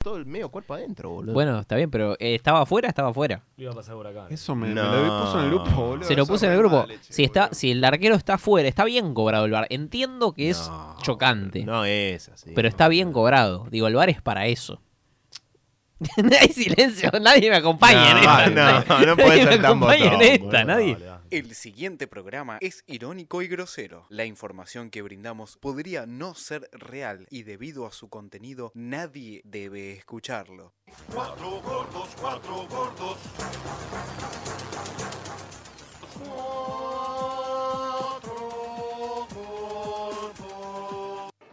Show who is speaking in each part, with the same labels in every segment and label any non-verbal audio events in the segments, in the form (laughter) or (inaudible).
Speaker 1: todo el medio cuerpo adentro, boludo.
Speaker 2: Bueno, está bien, pero eh, ¿estaba afuera? Estaba afuera.
Speaker 3: Lo iba a pasar por acá. ¿no?
Speaker 4: Eso me, me
Speaker 1: No.
Speaker 4: lo puso en el grupo, boludo.
Speaker 2: Se lo
Speaker 4: Eso
Speaker 2: puse en
Speaker 4: re
Speaker 2: el grupo.
Speaker 4: mala leche,
Speaker 2: Si, está,
Speaker 4: boludo.
Speaker 2: si el arquero está afuera, está bien cobrado el bar. Entiendo que es
Speaker 1: No,
Speaker 2: chocante,
Speaker 1: No es así.
Speaker 2: pero está bien cobrado. Digo, el bar es para eso. (laughs) Hay silencio, nadie me acompaña en
Speaker 1: No,
Speaker 2: esta.
Speaker 1: no,
Speaker 2: (laughs)
Speaker 1: no puede
Speaker 2: nadie me
Speaker 1: ser tan
Speaker 2: acompaña
Speaker 1: botón,
Speaker 2: en esta,
Speaker 1: boludo,
Speaker 2: nadie.
Speaker 3: Dale, dale.
Speaker 5: El siguiente programa es irónico y grosero. La información que brindamos podría no ser real y debido a su contenido nadie debe escucharlo.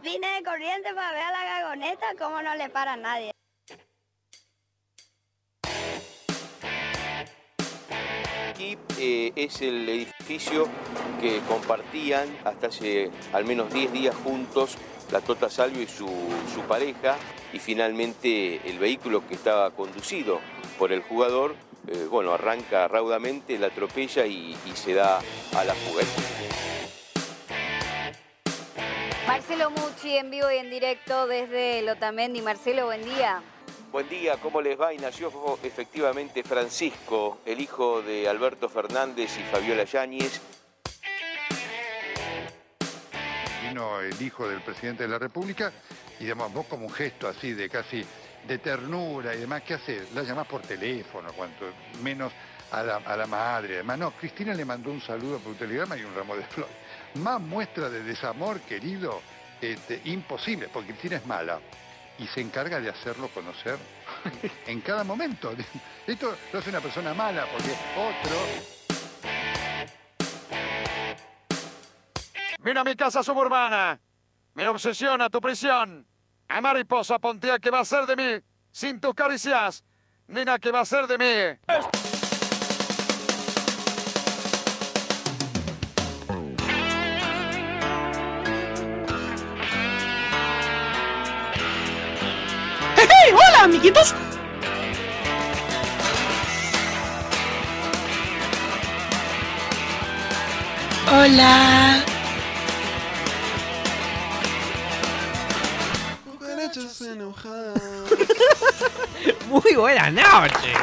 Speaker 6: Vine de corriente para ver a la gagoneta como no le para a nadie.
Speaker 7: Aquí eh, es el edificio que compartían hasta hace al menos 10 días juntos la Tota Salvio y su, su pareja y finalmente el vehículo que estaba conducido por el jugador, eh, bueno, arranca raudamente, la atropella y, y se da a la fuga.
Speaker 8: Marcelo Mucci en vivo y en directo desde Lotamendi. Marcelo, buen día.
Speaker 7: Buen día, ¿cómo les va? Y nació efectivamente Francisco, el hijo de Alberto Fernández y Fabiola Yáñez.
Speaker 9: vino el hijo del presidente de la República y digamos, vos como un gesto así de casi de ternura y demás, ¿qué haces? La llamás por teléfono, cuanto menos a la, a la madre. Además, no, Cristina le mandó un saludo por telegrama y un ramo de flores. Más muestra de desamor, querido, este, imposible, porque Cristina es mala y se encarga de hacerlo conocer en cada momento. (laughs) Esto lo hace una persona mala, porque otro...
Speaker 10: Mira mi casa suburbana. Me obsesiona tu prisión. A mariposa pontea que va a ser de mí. Sin tus caricias. Nina que va a ser de mí.
Speaker 6: ¡Hola, amiguitos! Hola.
Speaker 4: Cucarachas enojadas.
Speaker 2: (laughs) Muy buenas noches.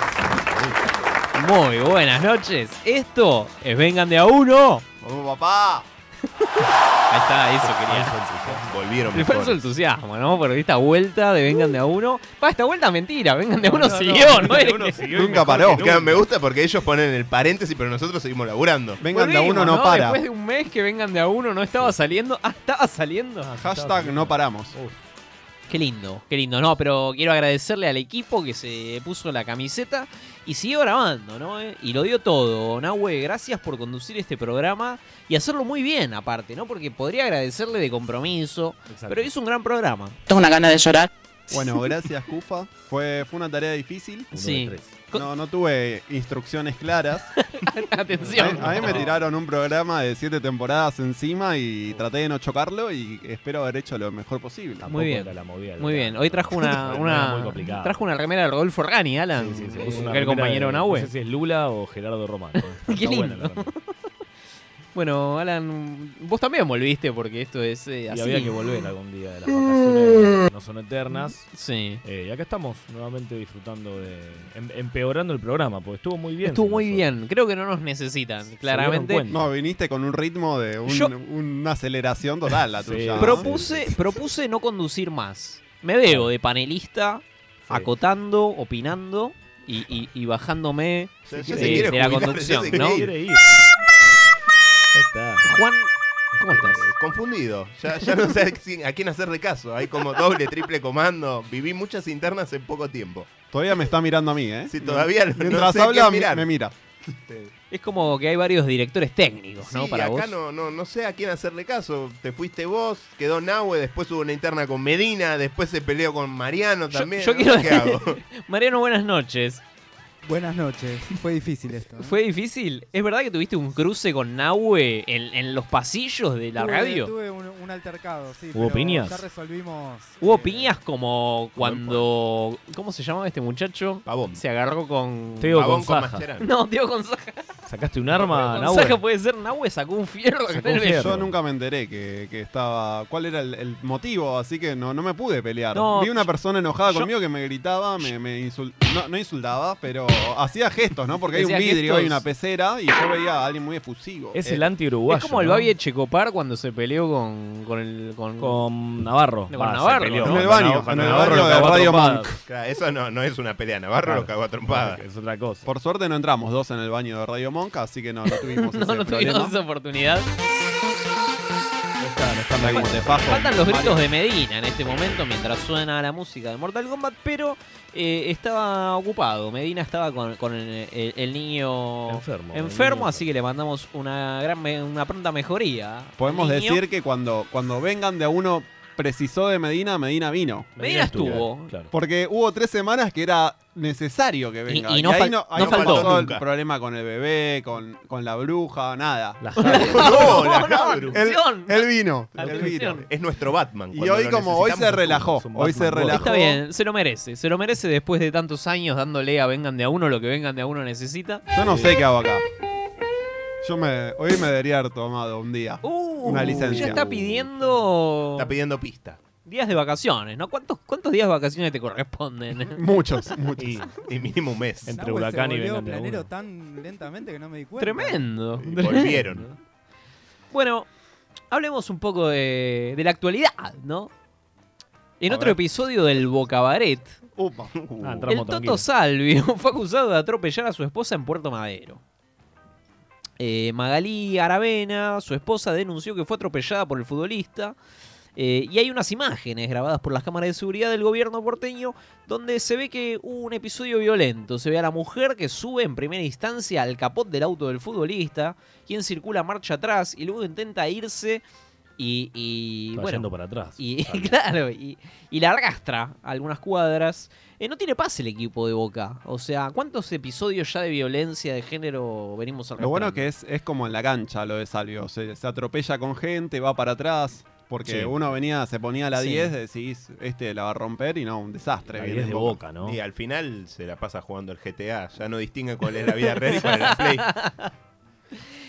Speaker 2: Muy buenas noches. Esto es Vengan de a uno.
Speaker 1: ¡Vamos, papá!
Speaker 2: Ahí está, eso quería.
Speaker 1: Volvieron
Speaker 2: El falso
Speaker 1: mejores.
Speaker 2: entusiasmo, ¿no? Por esta vuelta de Vengan de a uno. Pa, esta vuelta mentira, Vengan de a uno
Speaker 3: No, no,
Speaker 2: siguió, ¿no?
Speaker 3: Vengan de a
Speaker 2: Es
Speaker 3: Uno
Speaker 2: que-
Speaker 3: siguió y
Speaker 1: Nunca
Speaker 3: mejor
Speaker 1: paró.
Speaker 3: que
Speaker 1: Que
Speaker 3: nunca.
Speaker 1: me gusta porque ellos ponen el paréntesis, pero nosotros seguimos laburando.
Speaker 4: Vengan de a uno
Speaker 2: Volvimos,
Speaker 4: no para.
Speaker 2: Después de un mes que Vengan de a uno no estaba saliendo. Ah, estaba saliendo.
Speaker 4: Hashtag no
Speaker 2: (laughs)
Speaker 4: paramos.
Speaker 2: Qué lindo, qué lindo. No, pero quiero agradecerle al equipo que se puso la camiseta y siguió grabando, ¿no? Eh, Y lo dio todo. Nahue, gracias por conducir este programa y hacerlo muy bien, aparte, ¿no? Porque podría agradecerle de compromiso,
Speaker 3: Exacto.
Speaker 2: pero hizo un gran programa.
Speaker 6: Tengo una gana de llorar.
Speaker 4: Bueno, gracias, Cufa. Fue, fue una tarea difícil.
Speaker 3: Uno de
Speaker 2: sí.
Speaker 3: tres.
Speaker 2: Co-
Speaker 4: No, no tuve instrucciones
Speaker 2: (laughs)
Speaker 4: claras. A
Speaker 2: (laughs) Atención.
Speaker 4: mí, a mí me tiraron un programa de siete temporadas encima y traté de no chocarlo y espero haber hecho lo mejor posible.
Speaker 3: Tampoco
Speaker 2: bien.
Speaker 3: era la movida del
Speaker 2: Muy
Speaker 3: verano.
Speaker 2: bien, hoy trajo
Speaker 3: (laughs)
Speaker 2: una,
Speaker 3: No era muy
Speaker 2: una
Speaker 3: complicado.
Speaker 2: trajo una remera de Rodolfo Organi, Alan,
Speaker 3: Sí, sí, se
Speaker 2: eh,
Speaker 3: puso una
Speaker 2: aquel
Speaker 3: remera
Speaker 2: compañero
Speaker 3: de-
Speaker 2: Nahue.
Speaker 3: (laughs) No sé si es Lula o Gerardo Román.
Speaker 2: (laughs)
Speaker 3: ¿no? Está
Speaker 2: Qué
Speaker 3: buena la
Speaker 2: lindo.
Speaker 3: remera.
Speaker 2: Bueno, Alan, vos también volviste porque esto es eh,
Speaker 3: Y
Speaker 2: así.
Speaker 3: había que volver algún día de las vacaciones. que No son eternas.
Speaker 2: Sí.
Speaker 3: Eh, y acá estamos nuevamente disfrutando de. em- empeorando el programa, porque estuvo muy bien.
Speaker 2: Estuvo
Speaker 3: sin
Speaker 2: muy
Speaker 3: nosotros.
Speaker 2: bien, creo que no nos necesitan,
Speaker 3: Se
Speaker 2: claramente.
Speaker 3: dieron
Speaker 4: No, viniste con un ritmo de un-
Speaker 2: Yo-
Speaker 4: una aceleración total la
Speaker 2: (laughs)
Speaker 3: Sí.
Speaker 4: tuya. ¿no?
Speaker 2: Propuse, propuse no conducir más. Me veo de panelista, acotando, opinando y, y- y bajándome
Speaker 1: O sea,
Speaker 2: eh,
Speaker 1: ya se quiere
Speaker 2: de la
Speaker 1: jubilar, ya
Speaker 2: conducción,
Speaker 1: se
Speaker 2: ¿no?
Speaker 1: quiere ir.
Speaker 3: Quiere ir. Ahí está.
Speaker 2: Juan, ¿cómo estás?
Speaker 1: Eh, Confundido, ya, ya no sé a quién- a quién hacerle caso. Hay como doble, triple comando. Viví muchas internas en poco tiempo.
Speaker 4: Todavía me está mirando a mí, ¿eh?
Speaker 1: Si todavía no- no
Speaker 4: Mientras
Speaker 1: sé
Speaker 4: habla,
Speaker 1: quién
Speaker 4: me,
Speaker 1: mirar.
Speaker 4: me mira.
Speaker 2: Es como que hay varios directores técnicos, ¿no?
Speaker 1: Sí,
Speaker 2: Para
Speaker 1: acá
Speaker 2: vos.
Speaker 1: No, no, no sé a quién hacerle caso. Te fuiste vos, quedó Nahue, después hubo una interna con Medina, después se peleó con Mariano
Speaker 2: Yo-
Speaker 1: también.
Speaker 2: yo
Speaker 1: ¿no?
Speaker 2: quiero-
Speaker 1: ¿Qué hago?
Speaker 2: (laughs) Mariano, buenas noches.
Speaker 10: Buenas noches. (laughs) Fue difícil esto. ¿eh?
Speaker 2: ¿Fue difícil? ¿Es verdad que tuviste un cruce con Nahue en, en los pasillos de la radio?
Speaker 10: Tuve un, un altercado, sí.
Speaker 3: ¿Hubo
Speaker 10: pero
Speaker 3: piñas?
Speaker 10: Ya resolvimos.
Speaker 2: Hubo
Speaker 10: eh,
Speaker 2: piñas como cuando. ¿Cómo se llamaba este muchacho?
Speaker 1: Pavón.
Speaker 2: Se agarró con.
Speaker 3: Teo
Speaker 1: Pavón
Speaker 3: con
Speaker 1: con
Speaker 3: Saja.
Speaker 1: Mascherano.
Speaker 2: No, Teo González.
Speaker 3: ¿Sacaste un arma,
Speaker 2: Gonzaga
Speaker 3: Nahue?
Speaker 2: puede ser Nahue sacó un fierro.
Speaker 3: Sacó
Speaker 2: que
Speaker 3: un
Speaker 2: tenés.
Speaker 3: fierro.
Speaker 4: Yo nunca me enteré que, que estaba. ¿Cuál era el, el motivo? Así que no, no me pude pelear.
Speaker 2: No,
Speaker 4: Vi una persona enojada
Speaker 2: yo-
Speaker 4: conmigo que me gritaba, me, me insul- no, no insultaba, pero hacía gestos, ¿no? Porque hay un
Speaker 2: Hacía
Speaker 4: vidrio,
Speaker 2: gestos.
Speaker 4: hay una pecera y yo veía a alguien muy efusivo.
Speaker 3: Es
Speaker 4: Eh,
Speaker 3: el anti-uruguayo.
Speaker 2: es como el
Speaker 3: ¿no?
Speaker 2: Babi Checopar cuando se peleó con, con el. Con,
Speaker 3: Con Navarro.
Speaker 2: Con
Speaker 3: Va, se
Speaker 2: Navarro,
Speaker 3: peleó.
Speaker 2: ¿no?
Speaker 4: En el
Speaker 3: Con
Speaker 4: baño,
Speaker 3: Navarro-
Speaker 4: en
Speaker 3: con
Speaker 4: el
Speaker 3: Navarro
Speaker 4: baño
Speaker 3: lo
Speaker 4: de
Speaker 3: cagó a
Speaker 4: Radio
Speaker 3: trompadas.
Speaker 4: Monk.
Speaker 1: Claro, eso no, no es una pelea. Navarro
Speaker 3: Claro.
Speaker 1: lo cagó a trompada.
Speaker 3: Es otra cosa.
Speaker 4: Por suerte no entramos dos en el baño de Radio Monk, así que no, no
Speaker 2: (laughs)
Speaker 4: tuvimos
Speaker 2: no,
Speaker 4: ese
Speaker 2: no
Speaker 4: problema.
Speaker 2: tuvimos esa oportunidad.
Speaker 4: No está- no está mal como te fajo.
Speaker 2: Faltan los gritos
Speaker 4: Vale.
Speaker 2: de Medina en este momento mientras suena la música de Mortal Kombat, pero eh, estaba ocupado. Medina estaba con, con el, el- el niño
Speaker 3: Enfermo.
Speaker 2: enfermo, así que le mandamos una gran me- una pronta mejoría. al
Speaker 4: Podemos
Speaker 2: niño.
Speaker 4: decir que cuando, cuando vengan de a uno precisó de Medina, Medina vino.
Speaker 2: Medina estuvo. (laughs)
Speaker 3: Claro.
Speaker 4: Porque hubo tres semanas que era necesario que venga.
Speaker 2: y no
Speaker 4: ahí
Speaker 2: fal-
Speaker 4: no, ahí
Speaker 2: no
Speaker 4: no
Speaker 2: faltó.
Speaker 4: pasó el
Speaker 1: Nunca.
Speaker 4: problema con el bebé, con, con la bruja, nada.
Speaker 3: La Jade.
Speaker 1: No, la
Speaker 2: (laughs) no,
Speaker 1: Jabru.
Speaker 2: no.
Speaker 4: Él,
Speaker 2: Atención.
Speaker 4: él vino. él vino.
Speaker 2: Atención.
Speaker 1: Es nuestro Batman.
Speaker 4: Y
Speaker 1: Cuando
Speaker 4: hoy
Speaker 1: lo
Speaker 4: como hoy se
Speaker 1: necesitamos,
Speaker 4: relajó,
Speaker 3: es un
Speaker 4: hoy se
Speaker 3: Batman Boy.
Speaker 4: relajó.
Speaker 2: Está bien, se lo merece. Se lo merece después de tantos años dándole a vengan de a uno lo que vengan de a uno necesita.
Speaker 4: Yo no sé qué hago acá. Yo me, hoy me debería haber tomado un día.
Speaker 2: Uh,
Speaker 4: Una licencia.
Speaker 2: Ya está pidiendo
Speaker 1: Está pidiendo pista.
Speaker 2: días de vacaciones, ¿no? ¿Cuántos, cuántos días de vacaciones te corresponden?
Speaker 1: (laughs)
Speaker 4: Muchos, muchos.
Speaker 1: Y, y mínimo un mes.
Speaker 3: Entre Huracán y Vengan de a
Speaker 11: planero
Speaker 3: uno.
Speaker 11: tan lentamente que no me di cuenta.
Speaker 2: Tremendo.
Speaker 1: Y volvieron.
Speaker 2: (laughs) Bueno, hablemos un poco de, de la actualidad, ¿no? En
Speaker 1: A
Speaker 2: otro
Speaker 1: ver.
Speaker 2: episodio del Bocabaret,
Speaker 4: Upa.
Speaker 1: Uh,
Speaker 3: Ah, entra-
Speaker 2: el
Speaker 3: Tramo
Speaker 2: Toto
Speaker 3: tranquilo.
Speaker 2: Salvio (laughs) fue acusado de atropellar a su esposa en Puerto Madero. Eh, Magalí Aravena, su esposa, denunció que fue atropellada por el futbolista. Eh, y hay unas imágenes grabadas por las cámaras de seguridad del gobierno porteño donde se ve que hubo un episodio violento. Se ve a la mujer que sube en primera instancia al capot del auto del futbolista, quien circula marcha atrás y luego intenta irse y, y,
Speaker 3: Está
Speaker 2: bueno,
Speaker 3: yendo para atrás.
Speaker 2: y (laughs) claro, y, y la arrastra a algunas cuadras. Eh, no tiene paz el equipo de Boca. O sea, ¿cuántos episodios ya de violencia de género venimos
Speaker 4: Lo
Speaker 2: arrastrando?
Speaker 4: bueno que es, es como en la cancha lo de Salvio. Se, se atropella con gente, va para atrás. Porque
Speaker 3: Sí.
Speaker 4: uno venía, se ponía a la
Speaker 2: Sí.
Speaker 4: 10, decís, este la va a romper y no, un desastre.
Speaker 3: Ahí
Speaker 4: viene
Speaker 3: es de
Speaker 4: Boca.
Speaker 3: boca, ¿no?
Speaker 1: Y al final se la pasa jugando el GTA. Ya no distingue cuál es la vida real y cuál es la
Speaker 2: (laughs)
Speaker 1: play.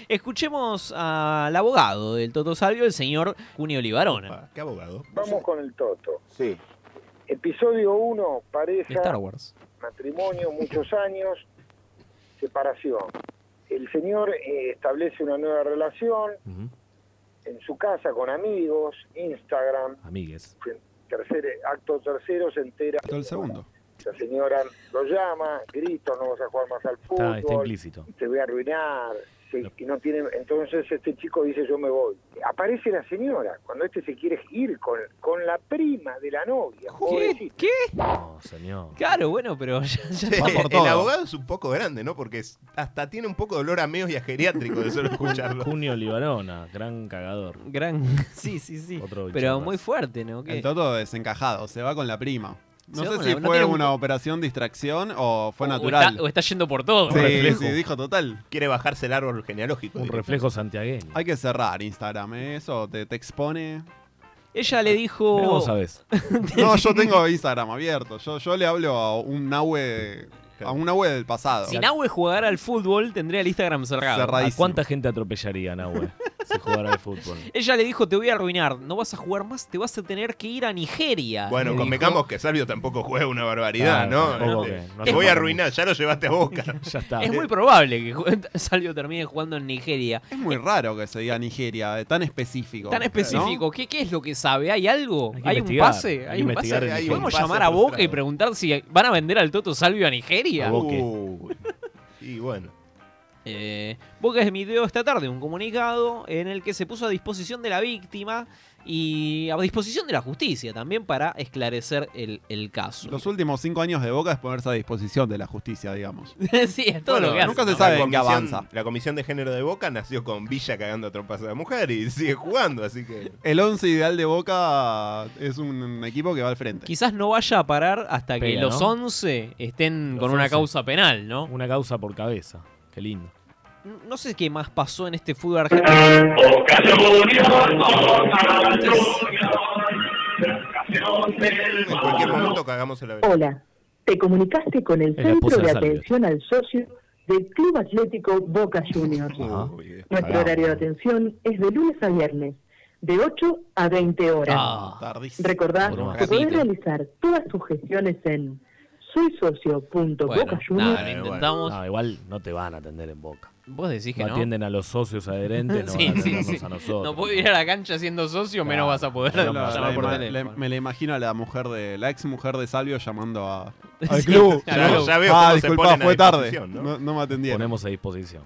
Speaker 2: Escuchemos al abogado del Toto Salvio, el señor Cunio Olivarona.
Speaker 1: Ah, ¿Qué abogado?
Speaker 10: Vamos con el Toto.
Speaker 7: Sí.
Speaker 10: Episodio 1,
Speaker 2: De
Speaker 10: pareja,
Speaker 2: Star Wars.
Speaker 10: matrimonio, muchos años, separación. El señor eh, establece una nueva relación
Speaker 3: Ujú.
Speaker 10: en su casa con amigos, Instagram,
Speaker 3: Amigues.
Speaker 10: tercer, acto tercero se entera,
Speaker 4: Todo el segundo.
Speaker 10: la señora lo llama, grito, no vas a jugar más al
Speaker 3: Está, está
Speaker 10: fútbol,
Speaker 3: implícito.
Speaker 10: te voy a arruinar. se-
Speaker 3: No.
Speaker 10: y no tiene, entonces este chico dice yo me voy. Aparece la señora cuando este se quiere ir con, con la prima de la novia.
Speaker 2: ¿Qué?
Speaker 10: pobrecita.
Speaker 2: ¿Qué?
Speaker 3: No, señor.
Speaker 2: Claro, bueno, pero (laughs) ya, ya-
Speaker 1: Sí,
Speaker 4: Va por todo.
Speaker 1: el abogado es un poco grande, ¿no? Porque es- hasta tiene un poco de olor a meos y a geriátrico de solo escucharlo.
Speaker 3: Junio Olivarona, gran cagador.
Speaker 2: Gran. (laughs) Sí, sí, sí.
Speaker 3: Otro
Speaker 2: Pero
Speaker 3: bicho
Speaker 2: muy
Speaker 3: más.
Speaker 2: fuerte, ¿no? ¿Qué?
Speaker 4: El Toto desencajado, se va con la prima. No
Speaker 2: Se va
Speaker 4: sé
Speaker 2: con
Speaker 4: si
Speaker 2: la- no
Speaker 4: fue
Speaker 2: tiene un-
Speaker 4: una operación distracción o fue
Speaker 2: O- o
Speaker 4: natural.
Speaker 2: está- O está, yendo por todo.
Speaker 4: Sí,
Speaker 3: reflejo.
Speaker 4: sí, dijo total.
Speaker 1: Quiere bajarse el árbol genealógico.
Speaker 3: Un
Speaker 1: diría.
Speaker 3: reflejo santiagueño.
Speaker 4: Hay que cerrar Instagram, ¿eh? eso te, te expone.
Speaker 2: (laughs) Ella le
Speaker 3: Mirá
Speaker 2: dijo.
Speaker 3: vos sabés.
Speaker 4: No, yo tengo Instagram abierto. Yo, yo le hablo a un Nahue, a un Nahue del pasado.
Speaker 2: Si Nahue jugara al fútbol, tendría el Instagram cerrado.
Speaker 4: Cerrado.
Speaker 3: ¿A
Speaker 4: Rarísimo.
Speaker 3: cuánta gente atropellaría, Nahue, si jugara al fútbol?
Speaker 2: Ella le dijo, te voy a arruinar, no vas a jugar más, te vas a tener que ir a Nigeria.
Speaker 1: Bueno,
Speaker 2: le
Speaker 1: convengamos que Salvio tampoco juega una barbaridad,
Speaker 3: Claro,
Speaker 1: ¿no?
Speaker 3: tampoco
Speaker 1: Te-
Speaker 3: que- no
Speaker 1: Te
Speaker 3: hace
Speaker 1: voy a
Speaker 3: falta
Speaker 1: arruinar, ya lo llevaste a boca.
Speaker 3: Ya está.
Speaker 2: dijo. Es muy probable que ju- (laughs) Salvio termine jugando en Nigeria.
Speaker 4: Es muy raro que se diga Nigeria, eh, tan específico.
Speaker 2: Tan
Speaker 4: ¿no?
Speaker 2: específico, ¿qué, qué es lo que sabe? ¿Hay algo?
Speaker 3: Hay que
Speaker 2: ¿Hay un
Speaker 3: investigar, hay
Speaker 2: pase?
Speaker 3: que
Speaker 2: ¿Hay un
Speaker 3: investigar
Speaker 2: pase?
Speaker 3: en Nigeria.
Speaker 2: ¿Podemos
Speaker 1: Hay un
Speaker 2: llamar
Speaker 1: pase
Speaker 2: a Boca y
Speaker 1: frustrado.
Speaker 2: preguntar si van a vender al Toto Salvio a Nigeria?
Speaker 3: A Boca. Boque.
Speaker 1: Uy. Uh, y bueno.
Speaker 2: Eh, Boca emitió esta tarde un comunicado en el que se puso a disposición de la víctima y a disposición de la justicia también para esclarecer el, el caso.
Speaker 4: Los últimos cinco años de Boca es ponerse a disposición de la justicia, digamos.
Speaker 2: (laughs) sí, es todo
Speaker 1: Bueno,
Speaker 2: lo que hace.
Speaker 4: nunca se
Speaker 2: ¿no?
Speaker 4: sabe
Speaker 1: La
Speaker 4: en qué
Speaker 1: comisión-
Speaker 4: avanza.
Speaker 1: La comisión de género de Boca nació con Villa cagando a trompas a la mujer y sigue jugando, así que.
Speaker 4: El once ideal de Boca es un equipo que va al frente.
Speaker 2: quizás no vaya a parar hasta que
Speaker 3: Pega,
Speaker 2: los
Speaker 3: ¿no?
Speaker 2: 11 estén
Speaker 3: Los
Speaker 2: con una
Speaker 3: 11.
Speaker 2: causa penal, ¿no?
Speaker 3: Una causa por cabeza. Qué lindo.
Speaker 2: No sé qué más pasó en este fútbol argentino.
Speaker 1: En cualquier momento cagamos el avión.
Speaker 12: Hola, te comunicaste con el
Speaker 3: Es la esposa
Speaker 12: Centro de
Speaker 3: de Salvio.
Speaker 12: Atención al Socio del Club Atlético Boca Juniors. Nuestro
Speaker 13: Ah.
Speaker 12: horario de atención es de lunes a viernes, de 8 a 20 horas.
Speaker 13: Ah, tardísimo.
Speaker 12: Recordá
Speaker 13: Por un
Speaker 12: que podés
Speaker 13: ratito.
Speaker 12: realizar todas tus gestiones en soysocio.bocajuniors.
Speaker 2: intentamos.
Speaker 3: No, igual no te van a atender en boca.
Speaker 2: Vos decís que no.
Speaker 3: atienden a los socios adherentes,
Speaker 2: (laughs)
Speaker 3: no
Speaker 2: Sí,
Speaker 3: van a
Speaker 2: sí,
Speaker 3: atendernos
Speaker 2: sí.
Speaker 3: a nosotros.
Speaker 2: No puedo ir a la cancha siendo socio, menos vas a poder
Speaker 4: La- la-
Speaker 2: llamar por
Speaker 4: la-
Speaker 2: teléfono.
Speaker 4: la- me la imagino a la mujer de la ex mujer de Salvio llamando a, al
Speaker 3: Sí,
Speaker 4: club.
Speaker 3: (laughs)
Speaker 4: (laughs)
Speaker 3: al club. Ya veo
Speaker 4: ah,
Speaker 3: cómo se
Speaker 4: disculpa,
Speaker 3: ponen a
Speaker 4: fue tarde.
Speaker 3: disposición,
Speaker 4: ¿no?
Speaker 3: ¿no?
Speaker 4: no me atendieron.
Speaker 3: Ponemos a disposición.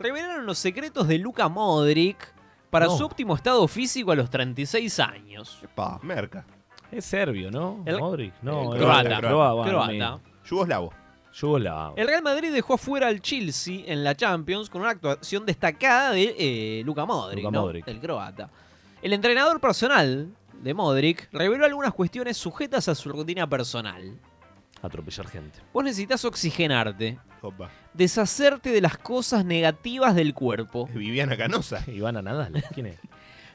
Speaker 2: Revelaron los secretos de Luka Modric para
Speaker 3: No.
Speaker 2: su óptimo estado físico a los 36 años. merca.
Speaker 3: Es serbio, ¿no?
Speaker 2: El-
Speaker 3: Modric, no.
Speaker 2: el
Speaker 3: es
Speaker 2: croata.
Speaker 3: croa- bueno,
Speaker 2: Croata.
Speaker 3: amigo.
Speaker 1: Yugoslavo.
Speaker 3: Yugoslavo.
Speaker 2: El Real Madrid dejó afuera al Chelsea en la Champions con una actuación destacada de eh, Luka Modric,
Speaker 3: Luka
Speaker 2: ¿no?
Speaker 3: Modric.
Speaker 2: el croata. El entrenador personal de Modric reveló algunas cuestiones sujetas a su rutina personal.
Speaker 3: Atropellar gente. (laughs)
Speaker 2: Vos necesitas oxigenarte,
Speaker 1: Opa.
Speaker 2: deshacerte de las cosas negativas del cuerpo.
Speaker 1: Viviana Canosa.
Speaker 3: Ivana Nadal, ¿quién es?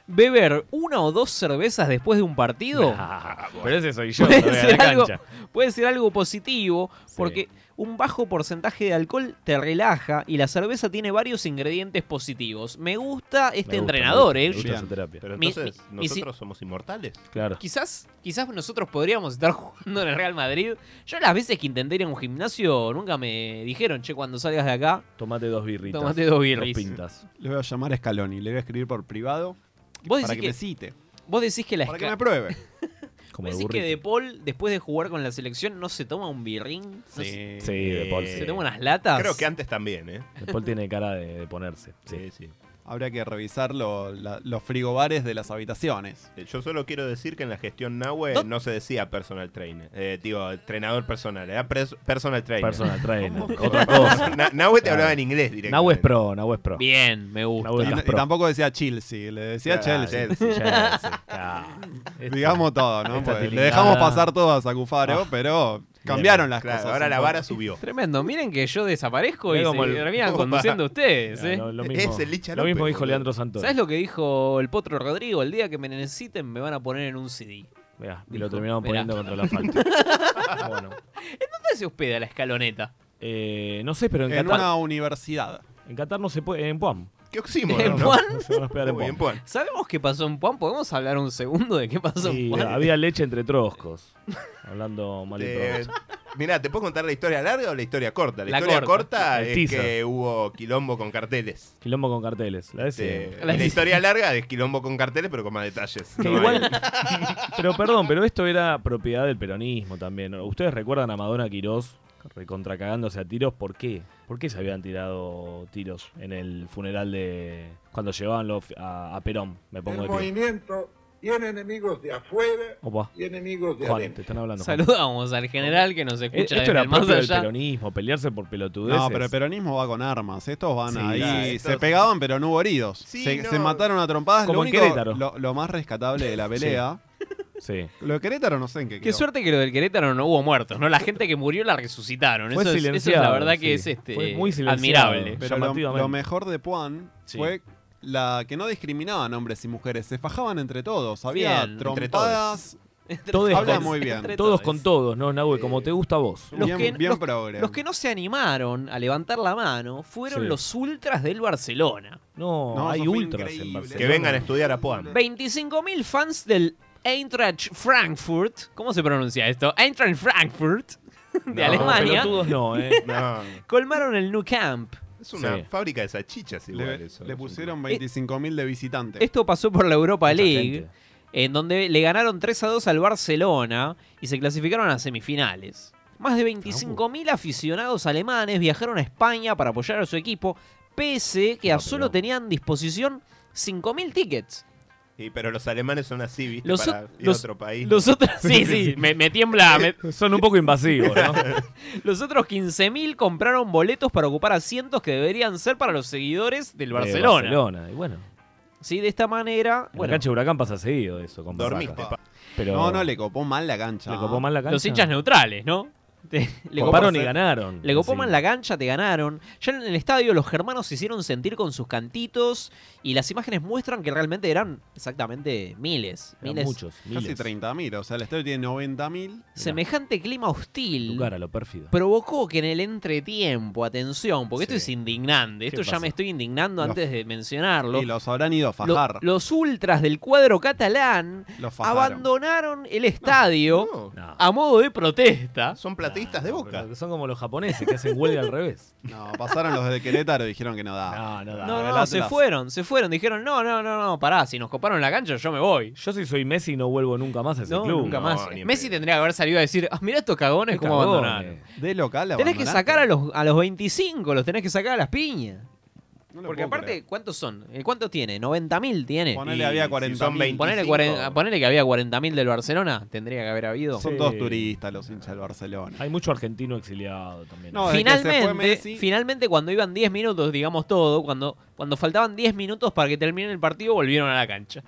Speaker 2: Beber una o dos cervezas después de un partido.
Speaker 3: (laughs) Ah, pero
Speaker 2: (laughs)
Speaker 3: ese soy yo,
Speaker 2: puede,
Speaker 3: todavía en
Speaker 2: ser
Speaker 3: la
Speaker 2: algo, este
Speaker 3: cancha.
Speaker 2: puede ser algo positivo porque un bajo porcentaje de alcohol te relaja y la cerveza tiene varios ingredientes positivos. Me gusta este
Speaker 1: Me gusta,
Speaker 2: entrenador,
Speaker 1: me
Speaker 2: ¿eh?
Speaker 1: gusta, me gusta su terapia. Pero entonces, ¿nosotros
Speaker 2: somos inmortales.
Speaker 3: Claro.
Speaker 2: Quizás, quizás nosotros podríamos estar (laughs) jugando en el Real Madrid. Yo las veces que intenté ir a un gimnasio nunca me dijeron, che, cuando salgas de acá,
Speaker 3: Tomate dos birritas.
Speaker 2: Tomate dos birris.
Speaker 3: pintas.
Speaker 4: Le voy a llamar a Scaloni, le voy a escribir por privado
Speaker 2: Vos
Speaker 4: para
Speaker 2: decís
Speaker 4: que,
Speaker 2: que-
Speaker 4: me cite.
Speaker 2: vos decís que la
Speaker 4: Para que
Speaker 2: esca-
Speaker 4: me pruebe.
Speaker 3: Como
Speaker 2: ¿Vos decís que De Paul, después de jugar con la selección, no se toma un birrín? No
Speaker 1: Sí.
Speaker 2: se-
Speaker 3: Sí, De Paul,
Speaker 2: Eh, ¿Se
Speaker 3: sí.
Speaker 2: toma unas latas?
Speaker 1: Creo que antes también, ¿eh?
Speaker 3: Después tiene cara de, de ponerse. Sí.
Speaker 4: Habrá que revisar lo- la- los frigobares de las habitaciones.
Speaker 1: Eh, Yo solo quiero decir que en la gestión Nahue no se decía personal trainer. Eh, digo, entrenador personal. Era pres- personal trainer. (laughs)
Speaker 3: Personal trainer.
Speaker 1: Otra cosa. (laughs)
Speaker 2: (laughs)
Speaker 1: Na- Nahue te hablaba en inglés directamente.
Speaker 3: Nahu es pro, Nahu es
Speaker 2: (laughs)
Speaker 3: pro.
Speaker 2: Bien, me gusta.
Speaker 4: Y, y tampoco decía Chelsea, le decía
Speaker 3: Claro,
Speaker 4: Chelsea.
Speaker 2: (laughs)
Speaker 3: Chelsea, claro.
Speaker 4: Este, Digamos todo, ¿no?
Speaker 3: Esta
Speaker 4: Porque Le
Speaker 3: tilingada.
Speaker 4: dejamos pasar todo a Sacufaro,
Speaker 3: Ah.
Speaker 4: pero cambiaron las cosas. un poco.
Speaker 2: Tremendo. Miren que yo desaparezco y
Speaker 4: Mira
Speaker 2: se
Speaker 4: como el-
Speaker 2: terminan
Speaker 4: Opa.
Speaker 2: conduciendo ustedes.
Speaker 4: Mira,
Speaker 2: ¿eh?
Speaker 4: lo- lo mismo- Es el Licha lo López, mismo dijo boludo. Leandro Santoro.
Speaker 2: ¿Sabes lo que dijo el Potro Rodrigo? El día que me necesiten me van a poner en un CD.
Speaker 3: Mirá, y
Speaker 2: Dijo,
Speaker 3: lo terminaron
Speaker 2: mirá.
Speaker 3: poniendo contra la falta.
Speaker 2: (laughs)
Speaker 3: bueno.
Speaker 2: ¿En dónde se hospeda la escaloneta?
Speaker 3: Eh, no sé, pero en,
Speaker 4: En
Speaker 3: Qatar.
Speaker 4: una universidad.
Speaker 3: En Qatar no se puede. En Puam.
Speaker 1: ¿Qué
Speaker 3: Eh,
Speaker 2: ¿En Puan?
Speaker 3: No se van a hospedar en
Speaker 2: Muy bien,
Speaker 3: Puam.
Speaker 2: ¿Sabemos qué pasó en Puan? ¿Podemos hablar un segundo de qué pasó
Speaker 3: Sí,
Speaker 2: en Puan?
Speaker 3: había leche entre troscos. Hablando mal y
Speaker 1: Te-
Speaker 3: pronto.
Speaker 1: Eh, mirá, ¿te puedo contar la historia larga o la historia corta? La,
Speaker 3: La
Speaker 1: historia
Speaker 3: corta.
Speaker 1: corta,
Speaker 3: El
Speaker 1: es
Speaker 3: teaser.
Speaker 1: que hubo quilombo con carteles.
Speaker 3: Quilombo con carteles. La de
Speaker 1: Este,
Speaker 3: siempre.
Speaker 1: y la historia larga es quilombo con carteles, pero con más detalles.
Speaker 3: (laughs) Que
Speaker 1: No
Speaker 2: eh.
Speaker 3: igual-
Speaker 1: hay-
Speaker 3: Pero perdón, pero esto era propiedad del peronismo también. ¿no? ¿Ustedes recuerdan a Madonna Quirós recontracagándose a tiros? ¿Por qué? ¿Por qué se habían tirado tiros en el funeral de. cuando llevaban los- a, a Perón? Me
Speaker 14: El
Speaker 3: pongo de pie.
Speaker 14: movimiento tiene enemigos de afuera
Speaker 3: Opa.
Speaker 14: y enemigos de
Speaker 3: Juan,
Speaker 14: adentro.
Speaker 3: te están hablando. Juan.
Speaker 2: Saludamos al general que nos
Speaker 3: Eh,
Speaker 2: escucha
Speaker 3: Esto
Speaker 2: desde
Speaker 3: era
Speaker 2: el más
Speaker 3: propio del
Speaker 2: allá.
Speaker 3: peronismo, pelearse por pelotudeces.
Speaker 4: No, pero el peronismo va con armas. Estos van
Speaker 3: Sí,
Speaker 4: ahí.
Speaker 3: claro,
Speaker 4: Se
Speaker 3: estos-
Speaker 4: pegaban, pero no hubo heridos.
Speaker 1: Sí,
Speaker 4: se,
Speaker 1: no.
Speaker 4: se mataron a trompadas.
Speaker 3: Como
Speaker 4: lo,
Speaker 3: en
Speaker 4: único-
Speaker 3: Querétaro.
Speaker 4: lo, lo más rescatable de la pelea.
Speaker 3: Sí.
Speaker 4: Lo de Querétaro no sé en qué
Speaker 2: Qué
Speaker 4: quedó.
Speaker 2: suerte que lo del Querétaro no hubo muertos, ¿no? La gente que murió la resucitaron. Eso
Speaker 4: Fue
Speaker 2: es, eso es la
Speaker 4: silenciado,
Speaker 2: verdad
Speaker 4: sí.
Speaker 2: que es este,
Speaker 4: Fue muy silenciado,
Speaker 2: admirable.
Speaker 4: Pero lo, lo mejor de Puan
Speaker 2: Sí.
Speaker 4: fue la que no discriminaban hombres y mujeres. Se fajaban entre todos. Había
Speaker 3: Bien, entre
Speaker 4: trompadas.
Speaker 3: (laughs) Todos
Speaker 4: Habla
Speaker 3: con-
Speaker 4: muy bien.
Speaker 3: Todos con todos, ¿no, Nahue? Como te gusta a vos.
Speaker 2: Los que, los-
Speaker 4: progre.
Speaker 2: los que no se animaron a levantar la mano fueron
Speaker 3: Sí.
Speaker 2: los ultras del Barcelona.
Speaker 3: No,
Speaker 1: No,
Speaker 3: hay
Speaker 1: eso fue
Speaker 3: ultras en
Speaker 1: increíble.
Speaker 3: Barcelona.
Speaker 1: Que vengan a estudiar a Puan.
Speaker 2: 25.000 fans del Eintracht Frankfurt. ¿Cómo se pronuncia esto? Eintracht Frankfurt de
Speaker 1: No,
Speaker 2: Alemania.
Speaker 1: pelotudos no, ¿eh?
Speaker 2: (laughs)
Speaker 1: No.
Speaker 2: Colmaron el New Camp.
Speaker 1: Es una fábrica de salchichas igual
Speaker 4: Le,
Speaker 1: eso.
Speaker 4: le
Speaker 2: Eh,
Speaker 4: pusieron 25.000 de visitantes.
Speaker 2: Esto pasó por la Europa
Speaker 4: Mucha
Speaker 2: League,
Speaker 4: gente.
Speaker 2: en donde le ganaron 3 a 2 al Barcelona y se clasificaron a semifinales. Más de 25.000 aficionados alemanes viajaron a España para apoyar a su equipo, pese que a solo tenían disposición 5.000 tickets.
Speaker 1: Sí, pero los alemanes son así, ¿viste?
Speaker 2: Los
Speaker 1: Para
Speaker 2: o-
Speaker 1: ir a
Speaker 2: los-
Speaker 1: otro país.
Speaker 2: los
Speaker 3: (laughs)
Speaker 2: otros- sí, sí, me- me tiembla, me-
Speaker 3: Son un poco
Speaker 2: (laughs)
Speaker 3: invasivos, ¿no?
Speaker 2: Los otros 15.000 compraron boletos para ocupar asientos que deberían ser para los seguidores del
Speaker 3: De
Speaker 2: Barcelona.
Speaker 3: Eh, Barcelona, y bueno.
Speaker 2: Sí, de esta manera,
Speaker 3: En
Speaker 2: bueno,
Speaker 3: la cancha de Huracán pasa seguido eso. Con
Speaker 4: Dormiste,
Speaker 3: Pasaca.
Speaker 4: pa.
Speaker 3: Pero
Speaker 4: No, no, le copó mal la cancha. ¿eh?
Speaker 3: Le copó mal la cancha.
Speaker 2: los hinchas neutrales, ¿no? (laughs) Te-
Speaker 3: Coparon
Speaker 2: copaste-
Speaker 3: y ganaron.
Speaker 2: Le copaban
Speaker 3: Sí.
Speaker 2: la cancha, te ganaron. Ya en el estadio los germanos se hicieron sentir con sus cantitos y las imágenes muestran que realmente eran exactamente miles. miles.
Speaker 4: Casi 30.000, o sea, el estadio tiene 90.000.
Speaker 2: Semejante clima hostil
Speaker 3: Cara, lo pérfido.
Speaker 2: Pues, provocó que en el entretiempo, atención, porque esto es indignante,
Speaker 4: ¿Qué
Speaker 2: esto ya
Speaker 4: pasa?
Speaker 2: me estoy indignando
Speaker 4: Los-
Speaker 2: antes de mencionarlo.
Speaker 4: Y los habrán ido a
Speaker 2: Lo-
Speaker 4: fajar.
Speaker 2: los ultras del cuadro catalán
Speaker 4: los fajaron.
Speaker 2: abandonaron el estadio
Speaker 3: No.
Speaker 2: a modo de protesta.
Speaker 1: Son platistas de boca.
Speaker 3: Son como los japoneses que hacen huelga al
Speaker 2: (laughs)
Speaker 3: revés.
Speaker 4: No, pasaron los de Querétaro y dijeron que no da.
Speaker 3: No, no da.
Speaker 2: No, no, no, se fueron, se fueron. Dijeron, no, no, no, no, pará, si nos coparon la cancha, yo me voy.
Speaker 3: Yo si soy Messi no vuelvo nunca más a ese
Speaker 2: No,
Speaker 3: club.
Speaker 2: nunca más. Messi tendría que haber salido a decir, ah, mirá estos cagones
Speaker 3: Qué
Speaker 2: cómo
Speaker 3: cagones.
Speaker 2: abandonaron.
Speaker 4: De local
Speaker 2: Tenés que sacar a los, a los 25, los tenés que sacar a las piñas. Porque aparte, ¿cuántos son? Eh, ¿Cuántos tiene? ¿90.000 tiene?
Speaker 4: Ponele Y había si 40.000. son 25.
Speaker 2: Ponele, cuaren-
Speaker 1: Ah,
Speaker 2: ponele que había 40.000 del Barcelona, tendría que haber habido.
Speaker 4: Son todos turistas los hinchas del Barcelona.
Speaker 3: Hay mucho argentino exiliado también.
Speaker 2: finalmente, finalmente, cuando iban 10 minutos, digamos todo, cuando, cuando faltaban 10 minutos para que termine el partido, volvieron a la cancha.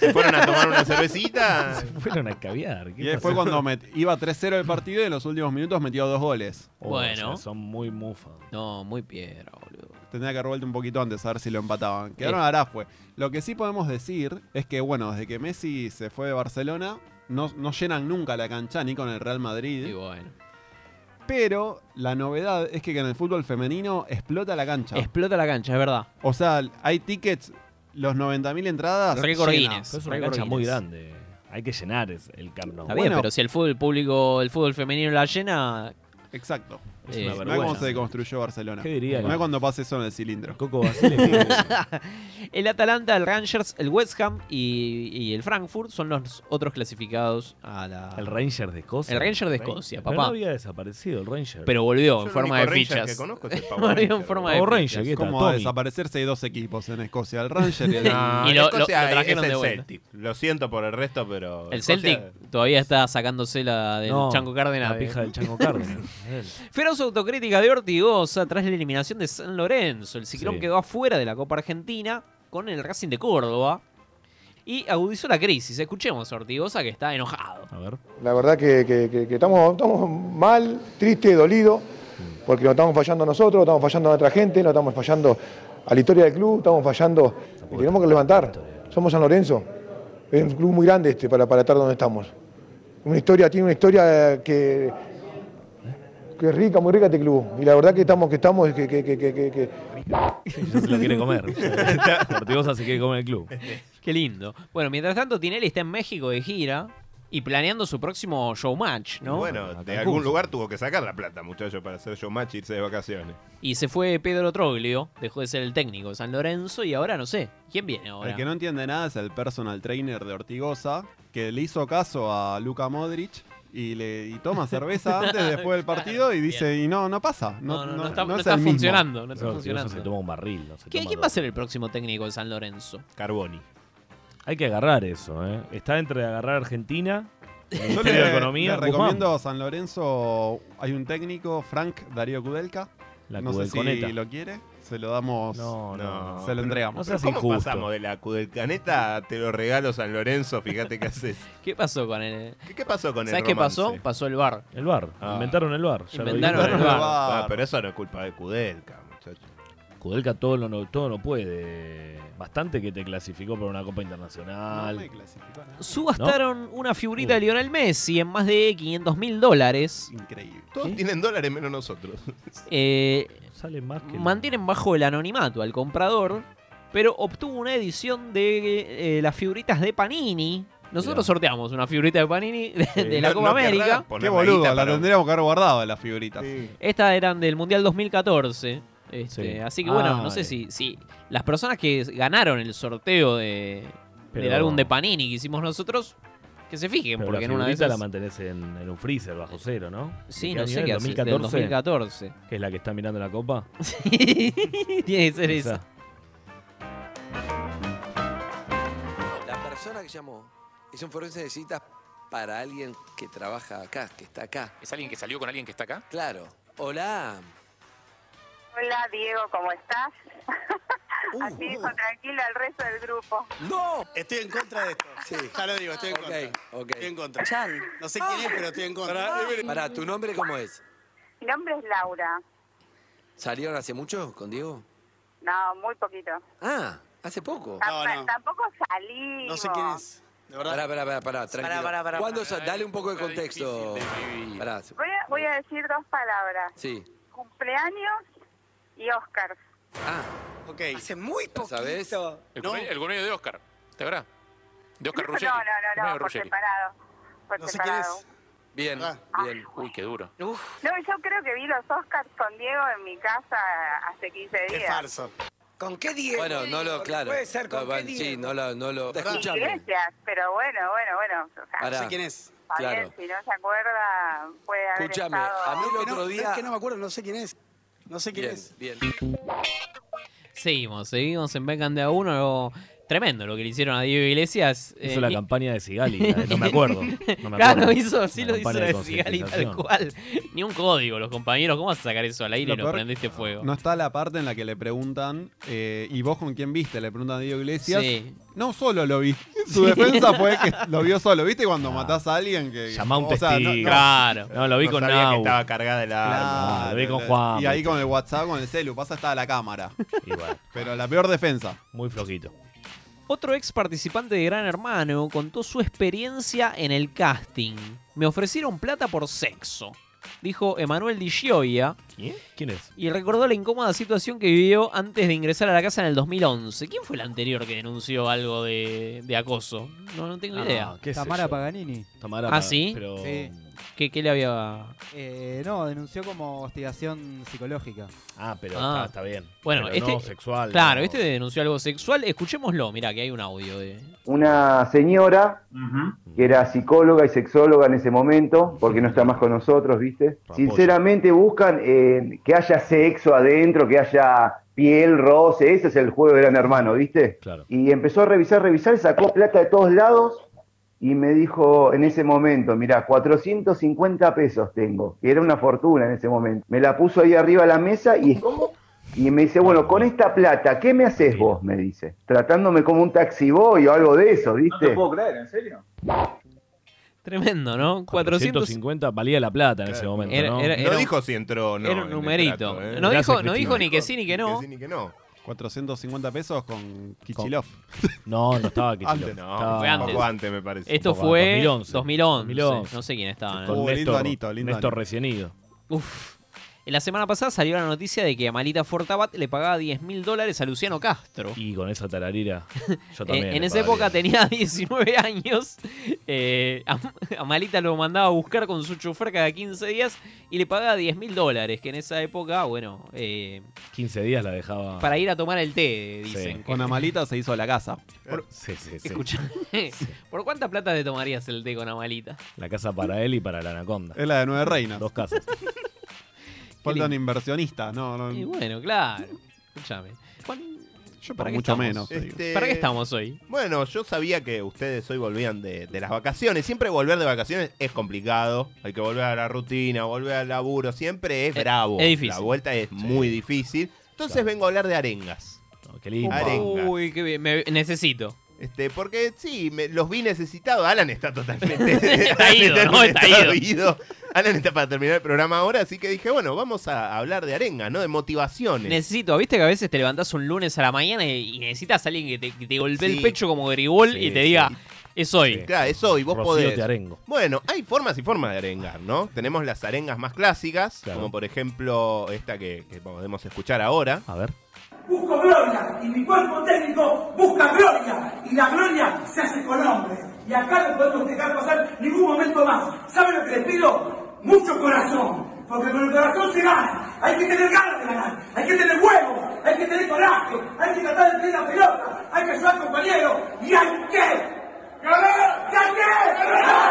Speaker 1: se fueron a tomar una
Speaker 2: (laughs)
Speaker 1: cervecita.
Speaker 3: (laughs) Se fueron a caviar.
Speaker 4: Y después cuando met- iba 3-0 el partido y en los últimos minutos metió dos goles.
Speaker 2: Bueno.
Speaker 3: Oh, son muy mufas.
Speaker 2: No, muy piedra, boludo.
Speaker 4: Tendría que haber vuelto un poquito antes a ver si lo empataban. Quedaron
Speaker 2: Eh.
Speaker 4: a Arafue. Lo que sí podemos decir es que, bueno, desde que Messi se fue de Barcelona, no, no llenan nunca la cancha ni con el Real Madrid. Pero la novedad es que en el fútbol femenino explota la cancha.
Speaker 2: Explota la cancha, es verdad.
Speaker 4: O sea, hay tickets, los 90.000 entradas.
Speaker 2: Récord
Speaker 4: llena.
Speaker 2: Guinness.
Speaker 3: Pero es una
Speaker 2: Récord
Speaker 3: cancha muy
Speaker 2: Guinness.
Speaker 3: grande. Hay que llenar es- el Camp Nou.
Speaker 2: Está bien,
Speaker 4: Bueno.
Speaker 2: pero si el fútbol público, el fútbol femenino la llena.
Speaker 4: Exacto.
Speaker 2: Es una
Speaker 4: no es
Speaker 2: vergüenza.
Speaker 4: como se construyó Barcelona.
Speaker 3: ¿Qué diría
Speaker 4: No
Speaker 3: el-
Speaker 4: es cuando pase eso en el cilindro.
Speaker 3: Coco
Speaker 2: el Atalanta, el Rangers, el West Ham y, y el Frankfurt son los otros clasificados a la.
Speaker 3: Ah. El Ranger de Escocia.
Speaker 2: El Ranger de Escocia,
Speaker 3: Pero
Speaker 2: papá.
Speaker 3: no había desaparecido el Ranger.
Speaker 2: Pero eh, volvió en
Speaker 1: el
Speaker 2: forma de
Speaker 1: único Ranger
Speaker 2: fichas.
Speaker 1: que conozco
Speaker 2: (laughs)
Speaker 1: es el Power
Speaker 2: volvió en
Speaker 1: Ranger.
Speaker 2: forma
Speaker 4: Power
Speaker 2: de
Speaker 4: Ranger,
Speaker 2: fichas.
Speaker 4: ¿qué tal, Como a desaparecerse hay dos equipos en Escocia, el Ranger y el
Speaker 1: (laughs) No,
Speaker 2: Y lo-
Speaker 1: Escocia
Speaker 2: lo- lo
Speaker 1: es
Speaker 2: trajeron
Speaker 1: el
Speaker 2: de vuelta.
Speaker 1: Celtic. Lo siento por el resto, pero.
Speaker 2: El
Speaker 1: Escocia-
Speaker 2: Celtic todavía está sacándose la del
Speaker 3: No,
Speaker 2: Chanco Cárdenas.
Speaker 3: La pija
Speaker 2: (laughs)
Speaker 3: del Chango Cárdenas.
Speaker 2: Feroz autocrítica de Ortigosa tras la eliminación de San Lorenzo. El ciclón
Speaker 3: Sí.
Speaker 2: quedó afuera de la Copa Argentina con el Racing de Córdoba y agudizó la crisis. Escuchemos a Ortigosa que está enojado.
Speaker 3: A ver.
Speaker 13: La verdad que, que- que- que estamos, estamos mal, triste, dolido, porque nos estamos fallando nosotros, estamos fallando a nuestra gente, nos estamos fallando a la historia del club, estamos fallando. Y tenemos que levantar. Somos San Lorenzo. Es un club muy grande este para, para estar donde estamos. Una historia, tiene una historia que, que es rica, muy rica este club. Y la verdad que estamos, que estamos, que- que- que- que- que- que
Speaker 3: Ya se lo quiere comer. Ortigosa se quiere comer el club.
Speaker 2: Qué lindo. Bueno, mientras tanto, Tinelli está en México de gira y planeando su próximo showmatch,
Speaker 1: Y
Speaker 2: ¿no?
Speaker 1: Bueno, de algún lugar tuvo que sacar la plata, muchachos, para hacer showmatch y irse de vacaciones.
Speaker 2: Y se fue Pedro Troglio, dejó de ser el técnico de San Lorenzo y ahora no sé. ¿Quién viene ahora?
Speaker 4: El que no entiende nada es el personal trainer de Ortigosa, que le hizo caso a Luka Modric y le y
Speaker 2: (laughs)
Speaker 4: toma cerveza antes después del partido y dice, y no, no pasa. No,
Speaker 2: No, no,
Speaker 4: no-
Speaker 2: no está-
Speaker 4: no
Speaker 2: no
Speaker 4: es
Speaker 2: está
Speaker 4: el mismo".
Speaker 2: funcionando, no está
Speaker 3: Ortigosa
Speaker 2: funcionando.
Speaker 3: se toma un barril. no se
Speaker 2: ¿Quién,
Speaker 3: toma
Speaker 2: quién va a ser el próximo técnico de San Lorenzo?
Speaker 1: Carboni.
Speaker 3: Hay que agarrar eso, ¿eh? Está entre agarrar Argentina, el
Speaker 4: Yo
Speaker 3: Ministerio
Speaker 4: le,
Speaker 3: de Economía,
Speaker 4: le
Speaker 3: Guzmán.
Speaker 4: recomiendo a San Lorenzo, hay un técnico, Frank Darío Kudelka.
Speaker 3: La
Speaker 4: no sé
Speaker 3: Kudelconeta.
Speaker 4: si lo quiere, se lo damos,
Speaker 3: No, no,
Speaker 4: se lo entregamos.
Speaker 1: Pero ¿Cómo pasamos de la Cudelcaneta a Te lo regalo San Lorenzo? Fíjate qué haces.
Speaker 2: ¿Qué pasó con el.?
Speaker 1: ¿Qué, qué pasó con el
Speaker 2: ¿Sabes qué
Speaker 1: romance?
Speaker 2: pasó? Pasó el bar.
Speaker 3: El bar.
Speaker 1: Ah.
Speaker 3: Inventaron el bar. ya lo
Speaker 2: Inventaron
Speaker 3: dijo.
Speaker 2: el VAR.
Speaker 1: Ah, pero eso no es culpa de Cudelca, muchachos.
Speaker 3: Kudelka todo lo no, todo no puede. Bastante que te clasificó para una Copa Internacional.
Speaker 2: Subastaron una
Speaker 3: Uh.
Speaker 2: figurita de Lionel Messi en más de 500 mil dólares.
Speaker 4: Increíble.
Speaker 1: Todos tienen dólares menos nosotros.
Speaker 2: eh,
Speaker 3: Ah,
Speaker 2: mantienen bajo el anonimato al comprador, pero obtuvo una edición de eh, las figuritas de Panini. Nosotros sorteamos una figurita de Panini de, de la Copa América.
Speaker 4: Qué boludo, la tendríamos que haber guardado las figuritas.
Speaker 2: Estas eran del Mundial 2014. este,
Speaker 4: Sí.
Speaker 2: Así que bueno,
Speaker 4: Ah,
Speaker 2: no sé
Speaker 4: eh.
Speaker 2: si, si las personas que ganaron el sorteo de, del
Speaker 3: Pero-
Speaker 2: álbum de Panini que hicimos nosotros, que se fijen,
Speaker 3: Pero
Speaker 2: porque
Speaker 3: la
Speaker 2: en una de
Speaker 3: figurita
Speaker 2: esas...
Speaker 3: la mantenés en, en un freezer bajo cero, ¿no?
Speaker 2: Sí,
Speaker 3: ¿De
Speaker 2: no
Speaker 3: año
Speaker 2: sé
Speaker 3: es?
Speaker 2: qué hace, del 2014.
Speaker 3: (laughs) Que es la que está mirando
Speaker 2: (laughs)
Speaker 3: la copa.
Speaker 2: Tiene que ser
Speaker 3: Quizá.
Speaker 2: esa.
Speaker 15: La persona que llamó es un forense de citas para alguien que trabaja acá, que está acá.
Speaker 16: ¿Es alguien que salió con alguien que está acá?
Speaker 15: Claro. Hola.
Speaker 17: Hola Diego, ¿cómo estás?
Speaker 15: Uh,
Speaker 12: Así dijo tranquilo al resto del grupo.
Speaker 16: ¡No! Estoy en contra de esto. Ya lo digo, estoy en contra. Estoy en contra. No sé quién es, pero estoy en contra.
Speaker 15: Pará, ¿tu nombre cómo es?
Speaker 12: Mi nombre es Laura.
Speaker 15: ¿Salieron hace mucho con Diego?
Speaker 12: No, muy poquito.
Speaker 15: Ah, hace poco.
Speaker 12: Tampa- Tampoco salí.
Speaker 15: Pará, pará, pará, pará, tranquilo.
Speaker 12: pará, pará,
Speaker 15: ¿Cuándo
Speaker 12: pará. eh,
Speaker 15: sa- Dale un poco de contexto. Pará.
Speaker 12: Voy a, voy a decir dos palabras.
Speaker 15: Sí.
Speaker 12: Cumpleaños y Oscar.
Speaker 15: Ah.
Speaker 16: Ok.
Speaker 12: Hace muy
Speaker 15: poco. ¿Sabes?
Speaker 17: El, cumple- el cumpleaños de Oscar, ¿te habrá? De Oscar Ruggeri.
Speaker 12: No, no, no,
Speaker 17: cumpleaños de
Speaker 12: no, por
Speaker 17: Ruggeri.
Speaker 12: separado. Por separado.
Speaker 15: Bien,
Speaker 18: Ah.
Speaker 15: bien.
Speaker 17: Uy, qué duro.
Speaker 12: No, yo creo que vi los Oscars con Diego en mi casa hace 15 días.
Speaker 16: ¿Con qué Diego?
Speaker 15: Bueno, no lo, claro.
Speaker 12: Puede ser, ¿con
Speaker 15: No,
Speaker 12: qué
Speaker 15: bueno, Sí, no lo, no lo. Escuchame.
Speaker 12: Iglesias, pero bueno, bueno, bueno. O
Speaker 6: Ah,
Speaker 12: sea,
Speaker 15: Pará. No sé quién es.
Speaker 12: Está bien,
Speaker 15: Claro.
Speaker 12: Si no se acuerda, puede haber
Speaker 15: Escuchame,
Speaker 12: estado-
Speaker 15: a mí el otro
Speaker 6: Ah.
Speaker 16: No,
Speaker 15: día.
Speaker 16: es que no me acuerdo, no sé quién es. No sé quién
Speaker 15: Bien,
Speaker 16: es.
Speaker 15: bien.
Speaker 2: Seguimos, seguimos en Vengan de a uno. lo- Tremendo lo que le hicieron a Diego Iglesias. eh,
Speaker 3: Hizo la campaña de Sigali, la de no
Speaker 2: (laughs)
Speaker 3: me acuerdo. No me acuerdo.
Speaker 2: Claro, hizo, sí
Speaker 3: La
Speaker 2: lo hizo
Speaker 3: campaña
Speaker 2: la
Speaker 3: de
Speaker 2: de Sigali tal
Speaker 3: concientización.
Speaker 2: cual. Ni un código, los compañeros. ¿Cómo vas a sacar eso al aire y lo
Speaker 4: peor-
Speaker 2: prendiste fuego?
Speaker 4: No está la parte en la que le preguntan, eh, ¿y vos con quién viste? Le preguntan a Diego Iglesias.
Speaker 2: Sí.
Speaker 4: No solo lo vi. Su
Speaker 2: Sí.
Speaker 4: defensa fue que lo vio solo. ¿Viste cuando matás a alguien que.
Speaker 3: Llamá a un
Speaker 4: o sea, no-
Speaker 3: testigo.
Speaker 4: no-
Speaker 3: No, lo vi
Speaker 1: No
Speaker 3: con
Speaker 1: sabía que
Speaker 3: Nau.
Speaker 1: estaba cargada el arma.
Speaker 4: Claro,
Speaker 3: lo vi con Juan.
Speaker 4: Y ahí con el WhatsApp, con el celu, pasa hasta la cámara. Pero la peor defensa.
Speaker 3: Muy flojito.
Speaker 2: Otro ex participante de Gran Hermano contó su experiencia en el casting. Me ofrecieron plata por sexo, dijo Emanuel Di Gioia.
Speaker 3: ¿Quién? ¿Quién es?
Speaker 2: Y recordó la incómoda situación que vivió antes de ingresar a la casa en el 2011. ¿Quién fue el anterior que denunció algo de, de acoso? No, no tengo
Speaker 11: Ah,
Speaker 2: idea.
Speaker 11: qué sé Tamara yo. Paganini. Tamara
Speaker 2: ¿Ah,
Speaker 11: Pa-
Speaker 2: sí?
Speaker 11: pero- Sí.
Speaker 2: ¿Qué, qué le había...?
Speaker 11: Eh, no, denunció como hostigación psicológica.
Speaker 3: Ah, pero
Speaker 2: Ah.
Speaker 3: está, está bien.
Speaker 2: Bueno,
Speaker 3: Pero
Speaker 2: este...
Speaker 3: no sexual.
Speaker 2: Claro,
Speaker 3: no.
Speaker 2: este denunció algo sexual. Escuchémoslo, mirá, que hay un audio de...
Speaker 19: Una señora que era psicóloga y sexóloga en ese momento, porque no está más con nosotros, ¿viste? Sinceramente buscan eh, que haya sexo adentro, que haya piel, roce, ese es el juego de Gran Hermano, ¿viste? Y empezó a revisar, revisar, sacó plata de todos lados y me dijo en ese momento, mirá, 450 pesos tengo, que era una fortuna en ese momento. Me la puso ahí arriba de la mesa y... Y me dice, bueno, con esta plata, ¿qué me haces vos? Me dice, tratándome como un taxiboy o algo de eso, ¿viste?
Speaker 20: creer, ¿en serio?
Speaker 2: Tremendo, ¿no? 400...
Speaker 3: 450 valía la plata en ese momento,
Speaker 2: Era-
Speaker 3: ¿no?
Speaker 2: era- No era un- dijo
Speaker 1: si entró o no este
Speaker 2: era un en el numerito. trato, ¿eh? No dijo- no dijo ni que sí ni que no.
Speaker 1: sí, ni que no.
Speaker 4: 450 pesos con Kichilov.
Speaker 3: No, no estaba Kichilov.
Speaker 4: Antes, no.
Speaker 3: Estaba-
Speaker 2: Fue antes. Esto fue 2011. 2011. No sé quién estaba. ¿no?
Speaker 3: Con Néstor, Néstor
Speaker 2: Anito.
Speaker 3: recién ido.
Speaker 2: Uf. La semana pasada salió la noticia de que Amalita Fortabat le pagaba 10 mil dólares a Luciano Castro.
Speaker 1: Oh.
Speaker 3: Y con esa tararira, yo
Speaker 2: Eh,
Speaker 3: también.
Speaker 2: en
Speaker 3: le
Speaker 2: esa
Speaker 3: pagaría.
Speaker 2: época tenía (laughs) 19 años. Eh, Am- Amalita lo mandaba a buscar con su chofer cada 15 días y le pagaba 10 mil dólares. Que en esa época, bueno, eh,
Speaker 3: 15 días la dejaba.
Speaker 2: para ir a tomar el té, dicen.
Speaker 4: Con Amalita se hizo la casa.
Speaker 3: Sí, sí, sí.
Speaker 2: Escucha. (laughs) ¿Por cuánta plata te tomarías el té con Amalita?
Speaker 3: La casa para él y para la
Speaker 1: Eh,
Speaker 3: anaconda.
Speaker 4: Es la de Nueve Reinas.
Speaker 3: Dos casas.
Speaker 4: Faltan inversionistas, no, no.
Speaker 2: Y bueno, claro. Escúchame.
Speaker 4: Yo
Speaker 2: ¿Para qué
Speaker 4: mucho
Speaker 2: estamos?
Speaker 4: menos. te digo.
Speaker 1: Este,
Speaker 2: ¿Para qué estamos hoy?
Speaker 1: Bueno, yo sabía que ustedes hoy volvían de, de las vacaciones. Siempre volver de vacaciones es complicado. Hay que volver a la rutina, volver al laburo. Siempre es
Speaker 2: Es-
Speaker 1: bravo.
Speaker 2: Eh, es difícil.
Speaker 1: La vuelta es muy difícil. Entonces vengo a hablar de arengas.
Speaker 3: qué
Speaker 1: Arengas.
Speaker 2: Uy, qué bien. Me- necesito.
Speaker 1: Este, porque sí, me- los vi necesitados. Alan está totalmente.
Speaker 2: (laughs) Está
Speaker 1: Alan
Speaker 2: ido,
Speaker 1: está
Speaker 2: ¿no? Está
Speaker 1: totalmente
Speaker 2: ido.
Speaker 1: ido. Alan está para terminar el programa ahora, así que dije, bueno, vamos a hablar de arengas, ¿no? De motivaciones.
Speaker 2: Necesito, viste que a veces te levantás un lunes a la mañana y, y necesitas a alguien que te, que te golpee
Speaker 1: Sí.
Speaker 2: el pecho como Grigol
Speaker 1: Sí,
Speaker 2: y te
Speaker 1: sí.
Speaker 2: diga, es hoy.
Speaker 1: Claro, es hoy, vos
Speaker 3: Este, Rocío
Speaker 1: podés.
Speaker 3: te arengo.
Speaker 1: Bueno, hay formas y formas de arengar, ¿no? Tenemos las arengas más clásicas, como por ejemplo esta que, que podemos escuchar ahora.
Speaker 3: A ver.
Speaker 12: Busco gloria y mi cuerpo técnico busca gloria y la gloria se hace con hombres. Y acá no podemos dejar pasar ningún momento más. ¿Saben lo que les pido? Mucho corazón, porque con el corazón se gana. Hay que tener ganas de ganar, hay que tener huevo, hay que tener coraje, hay que tratar de tener la pelota, hay que ayudar al compañero y hay que ganar, y hay que ganar.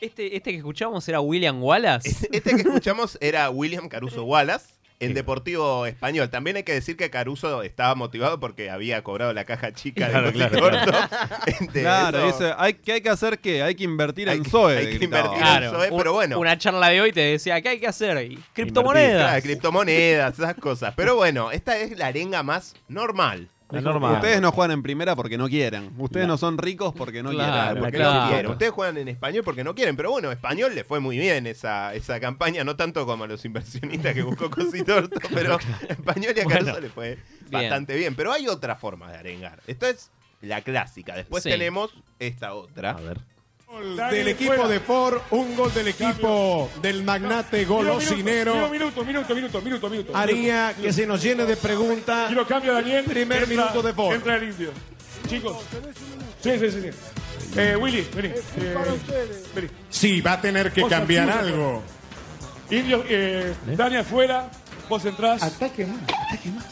Speaker 2: Este, este que escuchamos era William Wallace. este (laughs)
Speaker 4: (laughs)
Speaker 1: Este que escuchamos era William Caruso Wallace. en Deportivo Español. También hay que decir que Caruso estaba motivado porque había cobrado la caja chica de
Speaker 4: Claro,
Speaker 1: Cosí
Speaker 4: claro,
Speaker 1: Corto.
Speaker 4: claro.
Speaker 1: (laughs) Este,
Speaker 4: Claro,
Speaker 1: eso-
Speaker 4: dice, hay, ¿qué hay que hacer qué? Hay que invertir en Zoe.
Speaker 1: hay que
Speaker 4: gritaba.
Speaker 1: invertir en Claro, Zoe, un- eh, pero bueno.
Speaker 2: Una charla de hoy te decía, ¿qué hay que hacer? Y
Speaker 1: Invertir,
Speaker 2: Criptomonedas.
Speaker 1: claro, criptomonedas, esas cosas. Pero bueno, esta es la arenga más normal.
Speaker 4: Ustedes no juegan en primera porque no quieren. Ustedes no son ricos porque no
Speaker 1: Claro,
Speaker 4: quieren.
Speaker 1: porque no quieren. Ustedes juegan en español porque no quieren, pero bueno, español le fue muy bien esa, esa campaña, no tanto como a los inversionistas que buscó (laughs) Cositorto, pero español y a Caruso
Speaker 2: Bueno.
Speaker 1: le fue
Speaker 2: Bien.
Speaker 1: bastante bien. Pero hay otra forma de arengar. Esto es la clásica. Después
Speaker 2: Sí.
Speaker 1: tenemos esta otra. A ver.
Speaker 20: Del equipo de Ford, un gol del equipo del magnate golosinero.
Speaker 21: Minuto, minuto, minuto, minuto, minuto.
Speaker 20: Haría que se nos llene de preguntas.
Speaker 21: Y lo cambia Daniel.
Speaker 20: Primer
Speaker 21: entra-
Speaker 20: minuto de Ford.
Speaker 21: Entra el indio. Chicos. Sí, sí, sí. sí. Eh, Willy, vení. Eh, vení.
Speaker 20: Sí, va a tener que
Speaker 21: Cosa
Speaker 20: cambiar
Speaker 21: absurda.
Speaker 20: algo.
Speaker 21: Indio, eh, Dani afuera. Vos entrás. Ataque más, ataque más.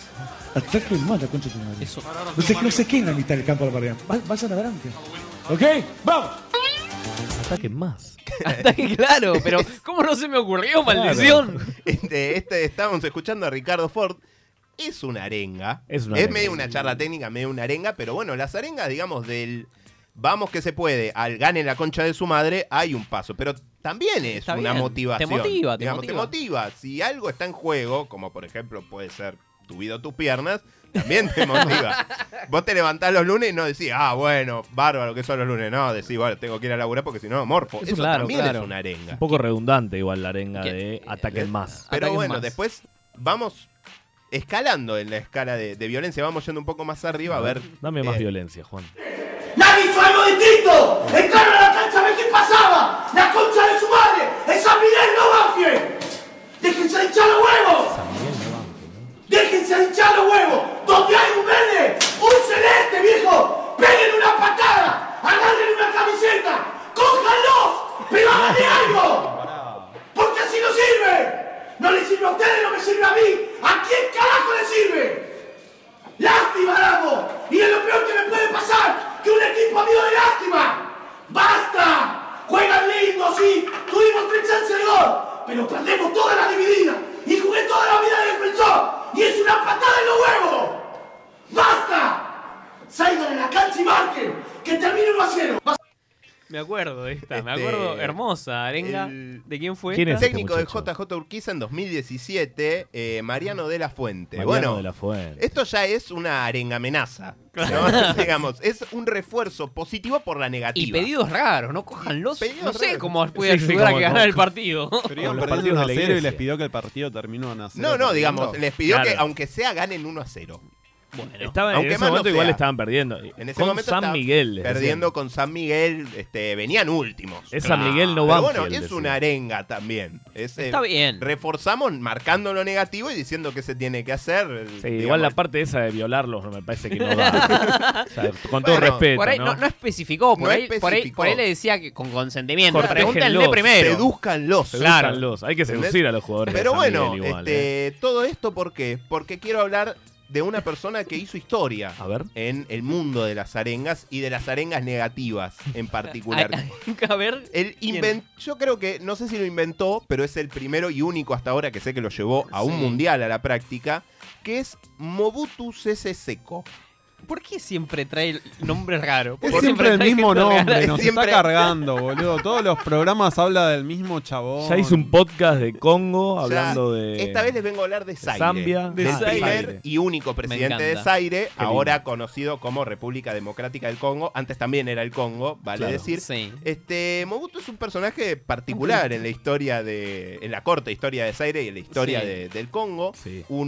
Speaker 22: Ataque más la concha de tu madre. No, se, no se quede en la mitad del campo de la pareja. Va- Vayan adelante.
Speaker 21: ¿Ok? ¡Vamos!
Speaker 3: Ataquen más.
Speaker 2: (laughs) Ataque, claro,
Speaker 1: (laughs)
Speaker 2: pero ¿cómo no se me ocurrió, maldición?
Speaker 1: Este, este, estábamos escuchando a Ricardo Ford. Es una arenga.
Speaker 3: Es una
Speaker 1: es
Speaker 3: arenga.
Speaker 1: medio una charla técnica, medio una arenga, pero bueno, las arengas, digamos, del vamos que se puede al gane la concha de su madre, hay un paso. Pero también es
Speaker 2: Está
Speaker 1: una
Speaker 2: bien.
Speaker 1: motivación.
Speaker 2: Te motiva, te
Speaker 1: Digamos,
Speaker 2: motiva.
Speaker 1: motiva. Si algo está en juego, como por ejemplo puede ser tu vida o tus piernas, también te
Speaker 2: (laughs)
Speaker 1: motiva. Vos te levantás los lunes y no decís, ah, bueno, bárbaro que son los lunes. No, decís, bueno, tengo que ir a laburar porque si no, morfo. Eso, también es una arenga.
Speaker 3: Un poco redundante igual la arenga de
Speaker 1: Eh,
Speaker 3: ataquen más.
Speaker 1: Pero bueno, después vamos escalando en la escala de, de violencia, vamos yendo un poco más arriba a ver. eh,
Speaker 3: Dame más violencia, Juan.
Speaker 12: ¡Nadie hizo algo distinto! ¡Entraron a la cancha a ver qué pasaba! ¡La concha de su madre! ¡Es San Miguel, no Banfield! ¡Déjense de hinchar los huevos! ¡Déjense de hinchar los huevos! ¡Donde hay un verde! ¡Un celeste, viejo! ¡Peguen una patada! ¡Agarren una camiseta! ¡Cójanlos! ¡Pero háganle algo! ¡Porque así no sirve! ¡No le sirve a ustedes, no me sirve a mí! ¿A quién carajo le sirve? ¡Lástima, Damo! Y es lo peor que me puede pasar, que un equipo amigo de lástima. ¡Basta! Juegan lindo, sí, tuvimos tres chances de gol, pero perdemos todas las divididas y jugué toda la vida de defensor y es una patada en los huevos. ¡Basta! Salgan de la cancha y marquen, que termine 1 a 0.
Speaker 2: Me acuerdo de esta, me
Speaker 1: Este,
Speaker 2: acuerdo. Hermosa arenga.
Speaker 1: el-
Speaker 2: ¿De quién fue?
Speaker 1: el
Speaker 2: esta?
Speaker 1: técnico de JJ Urquiza en 2017, eh, Mariano de la Fuente.
Speaker 3: Mariano
Speaker 1: bueno,
Speaker 3: de la Fuente.
Speaker 1: esto ya es una arengamenaza. (laughs)
Speaker 2: Claro.
Speaker 1: Digamos, es un refuerzo positivo por la negativa.
Speaker 2: Y pedidos raros, no cojanlos. No sé
Speaker 1: raros.
Speaker 2: cómo puede
Speaker 1: Sí, sí,
Speaker 2: ayudar
Speaker 1: como-
Speaker 2: a que ganara el
Speaker 1: como-
Speaker 2: partido. (laughs)
Speaker 1: Pero iban
Speaker 4: Los partidos
Speaker 1: Los partidos de
Speaker 4: 1
Speaker 1: la
Speaker 4: a 0 y
Speaker 1: iglesia.
Speaker 4: les pidió que el partido terminó 1 a 0.
Speaker 1: No, no, digamos, les pidió
Speaker 4: Claro.
Speaker 1: que aunque sea ganen 1 a 0. Bueno,
Speaker 3: Estaba, en ese momento igual estaban perdiendo.
Speaker 1: En ese
Speaker 3: Con
Speaker 1: momento
Speaker 3: San
Speaker 1: estaban
Speaker 3: Miguel. les
Speaker 1: Perdiendo con San Miguel, este, venían últimos.
Speaker 3: Es San Miguel,
Speaker 1: Pero
Speaker 3: no Banfield,
Speaker 1: bueno, es
Speaker 3: decía.
Speaker 1: una arenga también. Es, eh,
Speaker 2: Está bien.
Speaker 1: Reforzamos marcando lo negativo y diciendo que se tiene que hacer. eh,
Speaker 3: decían. Sí,
Speaker 1: digamos.
Speaker 3: igual la parte esa de violarlos no me parece que no
Speaker 1: (laughs)
Speaker 3: da. O sea, con todo
Speaker 1: Bueno,
Speaker 3: respeto,
Speaker 2: por ahí no,
Speaker 3: ¿no?
Speaker 2: no especificó, por,
Speaker 1: No
Speaker 2: ahí, por ahí-
Speaker 1: especificó.
Speaker 2: por ahí le decía que con consentimiento.
Speaker 3: Cortéjenlos,
Speaker 2: Pregúntenle primero.
Speaker 1: Sedúzcanlos.
Speaker 2: Claro.
Speaker 3: Sedúzcanlos. Hay que seducir a los jugadores. de
Speaker 1: Pero
Speaker 3: San
Speaker 1: bueno,
Speaker 3: Miguel igual, ¿eh?
Speaker 1: este, todo esto ¿por qué? Porque quiero hablar de una persona que hizo historia en el mundo de las arengas y de las arengas negativas en
Speaker 2: (laughs)
Speaker 1: particular.
Speaker 2: A ver.
Speaker 1: Él inven- yo creo que, no sé si lo inventó, pero es el primero y único hasta ahora que sé que lo llevó a un
Speaker 2: Sí.
Speaker 1: mundial a la práctica, que es Mobutu Sese Seco.
Speaker 2: ¿Por qué siempre trae nombres raros?
Speaker 4: Es siempre el
Speaker 1: (laughs)
Speaker 4: mismo nombre, nos
Speaker 2: siempre...
Speaker 4: está cargando, boludo. Todos los programas habla del mismo chabón.
Speaker 3: Ya hice un podcast de
Speaker 1: O
Speaker 3: Congo
Speaker 1: sea,
Speaker 3: hablando de.
Speaker 1: Esta vez les vengo a hablar de Zaire.
Speaker 3: Zambia.
Speaker 1: del
Speaker 3: De Zaire.
Speaker 1: primer y único presidente de
Speaker 3: encanta.
Speaker 1: Zaire,
Speaker 3: Qué lindo.
Speaker 1: ahora conocido como República Democrática del Congo. Antes también era el Congo, vale
Speaker 3: Claro.
Speaker 1: decir. Este, Mobutu es un personaje particular en la historia de. en la corta historia de Zaire y en la historia
Speaker 3: Sí.
Speaker 1: de- del Congo.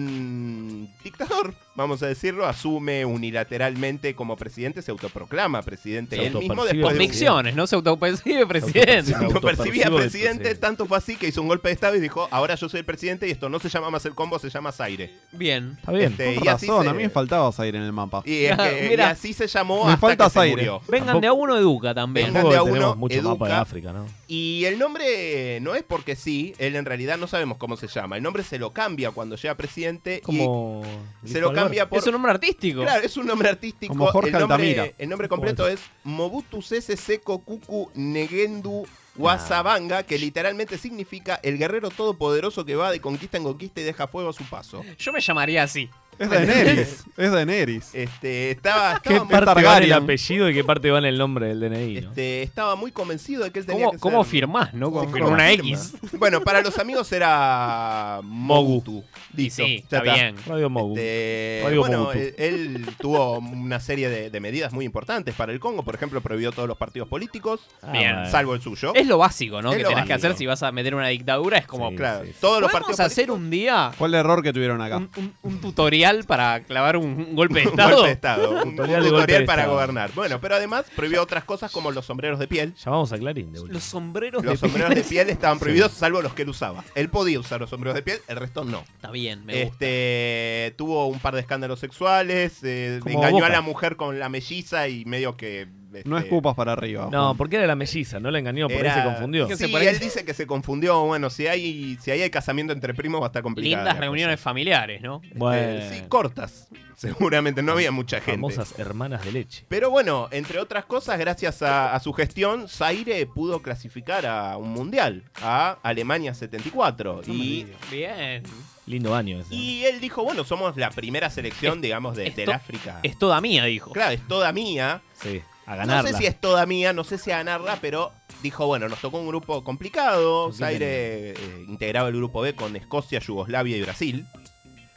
Speaker 1: Un dictador, vamos a decirlo, asume unilateralmente como presidente, se autoproclama presidente
Speaker 2: Se
Speaker 1: él mismo
Speaker 2: autopercibe
Speaker 1: después de-
Speaker 2: Convicciones, ¿no? Se autopercibe presidente.
Speaker 1: se autopercibía presidente, tanto fue así que hizo un golpe de estado y dijo, ahora yo soy el presidente y esto no se llama más el combo, se llama Zaire.
Speaker 2: Bien.
Speaker 4: Está bien,
Speaker 1: Este,
Speaker 4: con
Speaker 1: y así
Speaker 4: razón,
Speaker 1: se-
Speaker 4: a mí me faltaba Zaire en el mapa.
Speaker 1: Y, es que- y
Speaker 2: Mira.
Speaker 1: así se llamó
Speaker 4: Me
Speaker 1: hasta
Speaker 4: falta
Speaker 1: que se
Speaker 4: Zaire.
Speaker 1: murió.
Speaker 2: Vengan de a uno, educa también.
Speaker 1: Vengan de a uno,
Speaker 3: tenemos mucho
Speaker 1: educa.
Speaker 3: mapa de África, ¿no?
Speaker 1: Y el nombre no es porque sí, él en realidad no sabemos cómo se llama. El nombre se lo cambia cuando llega presidente
Speaker 3: Como.
Speaker 1: y se lo cambia por...
Speaker 2: Es un nombre artístico.
Speaker 1: Claro, es un nombre artístico.
Speaker 2: Como Jorge
Speaker 1: el nombre,
Speaker 2: Altamira.
Speaker 1: El nombre completo
Speaker 2: Como
Speaker 1: es Mobutu Sese Seko Kuku Negendu Guasabanga, que literalmente significa el guerrero todopoderoso que va de conquista en conquista y deja fuego a su paso.
Speaker 2: Yo me llamaría así.
Speaker 4: Es Daenerys. es Daenerys.
Speaker 1: Este, estaba, estaba
Speaker 3: ¿Qué
Speaker 1: muy-
Speaker 3: parte va en el
Speaker 1: Targaryen.
Speaker 3: apellido y qué parte va en el nombre del DNI? no?
Speaker 1: Este, estaba muy convencido de que él tenía
Speaker 2: ¿Cómo,
Speaker 1: que
Speaker 2: cómo
Speaker 1: ser-
Speaker 2: firmás, no? Con,
Speaker 1: Sí,
Speaker 2: con
Speaker 1: ¿cómo
Speaker 2: una
Speaker 1: firma?
Speaker 2: X.
Speaker 1: Bueno, para los amigos era Mogutu. Listo,
Speaker 2: sí,
Speaker 1: ya
Speaker 2: está bien.
Speaker 3: Radio Mogu.
Speaker 1: Este,
Speaker 3: Radio
Speaker 1: bueno,
Speaker 3: Mogutu.
Speaker 1: eh, él tuvo una serie de, de medidas muy importantes para el Congo. Por ejemplo, prohibió todos los partidos políticos,
Speaker 2: Ah, bien.
Speaker 1: salvo el suyo.
Speaker 2: Es lo básico, ¿no?
Speaker 1: Es
Speaker 2: que
Speaker 1: lo
Speaker 2: tenés que
Speaker 1: básico.
Speaker 2: hacer si vas a meter una dictadura. Es como,
Speaker 1: Sí, claro, sí, sí.
Speaker 2: Todos
Speaker 1: todos
Speaker 2: los
Speaker 1: los
Speaker 2: partidos.
Speaker 1: partidos
Speaker 2: hacer un día
Speaker 4: ¿Cuál error que tuvieron acá?
Speaker 1: Mm.
Speaker 2: un tutorial para clavar un, un golpe de
Speaker 1: Un
Speaker 2: Estado?
Speaker 1: golpe de Estado, un- un
Speaker 3: Tutorial
Speaker 1: tutorial,
Speaker 3: de golpe de
Speaker 1: para
Speaker 3: Estado.
Speaker 1: gobernar. Bueno, pero además prohibió otras cosas como los sombreros de piel.
Speaker 3: Llamamos a Clarín. de última.
Speaker 2: Los sombreros
Speaker 1: Los
Speaker 2: de
Speaker 1: sombreros de piel estaban prohibidos, salvo los que él usaba. Él podía usar los sombreros de piel, el resto no.
Speaker 2: Está bien, me gusta.
Speaker 1: Este tuvo un par de escándalos sexuales, eh,
Speaker 3: Como
Speaker 1: engañó
Speaker 3: Boca.
Speaker 1: a la mujer con la melliza y medio que este,
Speaker 4: No escupas para arriba.
Speaker 3: No, porque era la melliza, no la engañó, por ahí se
Speaker 1: era-
Speaker 3: confundió.
Speaker 1: Sí, él dice que se confundió. Bueno, si hay si ahí hay casamiento entre primos va a estar complicado.
Speaker 2: Lindas
Speaker 1: la
Speaker 2: reuniones familiares, ¿no?
Speaker 1: cosa. Este, sí, cortas. (laughs) Seguramente no había mucha gente.
Speaker 3: Famosas hermanas de leche.
Speaker 1: Pero bueno, entre otras cosas, gracias a, a su gestión, Zaire pudo clasificar a un mundial, a Alemania 74. y,
Speaker 2: Bien.
Speaker 1: Ah.
Speaker 3: Lindo año ese.
Speaker 1: y él dijo, bueno, somos la primera selección, digamos, de, del
Speaker 2: to-
Speaker 1: África.
Speaker 2: Es toda mía, dijo.
Speaker 1: Claro, es toda mía.
Speaker 3: Sí, a
Speaker 1: No
Speaker 3: ganarla.
Speaker 1: sé si es toda mía, no sé si a ganarla, pero dijo, bueno, nos tocó un grupo complicado.
Speaker 3: Sí,
Speaker 1: Zaire eh, integraba el grupo B con Escocia, Yugoslavia y Brasil.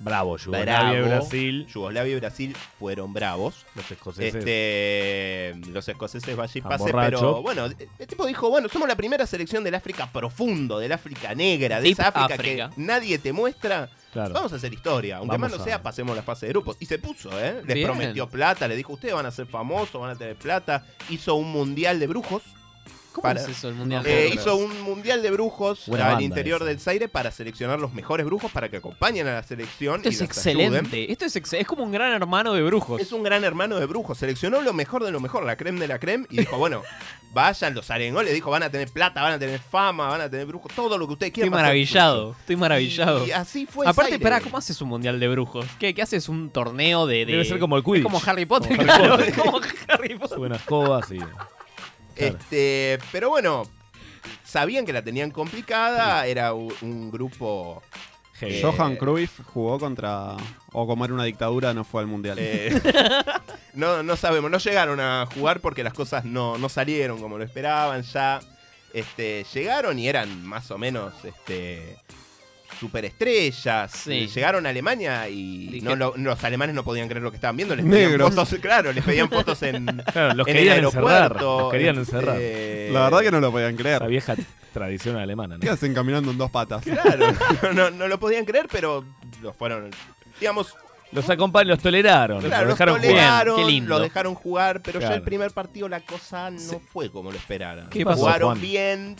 Speaker 3: Bravo, Yugoslavia y
Speaker 1: Bravo.
Speaker 3: Brasil.
Speaker 1: Yugoslavia y Brasil fueron bravos.
Speaker 3: Los escoceses.
Speaker 1: Este, los escoceses vaya y
Speaker 3: Tan
Speaker 1: pase,
Speaker 3: borracho.
Speaker 1: pero bueno, el tipo dijo, bueno, somos la primera selección del África profundo, del África negra, de
Speaker 2: Deep
Speaker 1: esa África
Speaker 2: África.
Speaker 1: que nadie te muestra.
Speaker 3: Claro.
Speaker 1: Vamos a hacer historia, aunque
Speaker 3: Vamos
Speaker 1: más no
Speaker 3: a-
Speaker 1: sea, pasemos la fase de grupos. Y se puso, ¿eh? Les
Speaker 2: Bien.
Speaker 1: prometió plata, les dijo, ustedes van a ser famosos, van a tener plata. Hizo un mundial de brujos.
Speaker 2: ¿Cómo
Speaker 1: para-
Speaker 2: es eso el mundial?
Speaker 1: Eh,
Speaker 2: de Honduras?
Speaker 1: hizo un mundial de brujos
Speaker 3: Buena
Speaker 1: al
Speaker 3: banda
Speaker 1: interior
Speaker 3: esa.
Speaker 1: del Zaire para seleccionar los mejores brujos para que acompañen a la selección.
Speaker 2: Esto
Speaker 1: y
Speaker 2: es
Speaker 1: los ayuden.
Speaker 2: excelente. Esto es, ex- es como un gran hermano de brujos.
Speaker 1: Es un gran hermano de brujos. Seleccionó lo mejor de lo mejor, la creme de la creme, y dijo,
Speaker 2: (laughs)
Speaker 1: bueno, vayan, los arengó, le dijo, van a tener plata, van a tener fama, van a tener brujos, todo lo que ustedes
Speaker 2: Estoy
Speaker 1: quieran. va a ser
Speaker 2: maravillado,
Speaker 1: suyo.
Speaker 2: estoy maravillado.
Speaker 1: Y, y así fue.
Speaker 2: Aparte,
Speaker 1: Zaire.
Speaker 2: pará, ¿cómo haces un mundial de brujos? ¿Qué, qué haces? ¿Un torneo de, de-
Speaker 3: Debe ser como el
Speaker 2: Es
Speaker 3: Quidditch.
Speaker 2: como Harry Potter,
Speaker 3: Como Harry
Speaker 2: claro,
Speaker 3: Potter.
Speaker 2: es como Harry Potter.
Speaker 3: Suben las escobas y. Claro.
Speaker 1: Este, pero bueno, sabían que la tenían complicada, era u- un grupo...
Speaker 3: Heavy.
Speaker 1: eh,
Speaker 4: Johan Cruyff jugó contra. O como era una dictadura, no fue al mundial.
Speaker 1: Eh, (laughs) no, no sabemos, no llegaron a jugar porque las cosas no, no salieron como lo esperaban. Ya este, llegaron y eran más o menos este, superestrellas. Eh,
Speaker 2: Sí.
Speaker 1: Llegaron a Alemania y
Speaker 2: Dije-
Speaker 1: no lo- los alemanes no podían creer lo que estaban viendo. Les
Speaker 4: Negros.
Speaker 1: pedían fotos, claro, les pedían fotos en,
Speaker 3: Claro, (laughs) los
Speaker 1: en
Speaker 3: querían
Speaker 1: el
Speaker 3: encerrar.
Speaker 1: aeropuerto.
Speaker 3: Los querían
Speaker 1: este,
Speaker 3: encerrar.
Speaker 4: La verdad que no lo podían
Speaker 3: La
Speaker 4: creer.
Speaker 3: vieja tradición alemana,
Speaker 4: ¿Qué
Speaker 3: ¿no?
Speaker 4: hacen caminando en dos patas?
Speaker 1: Claro, (laughs) no, no lo podían creer, pero los fueron. Digamos,
Speaker 3: Los acompañaron, los toleraron.
Speaker 1: Claro,
Speaker 3: los
Speaker 1: los
Speaker 3: dejaron jugar.
Speaker 1: toleraron,
Speaker 2: Bien, qué lindo.
Speaker 1: los dejaron jugar, pero ya
Speaker 3: Claro.
Speaker 1: el primer partido la cosa no fue como lo esperaban.
Speaker 3: ¿Qué pasó,
Speaker 1: Jugaron
Speaker 3: Juan?
Speaker 1: bien,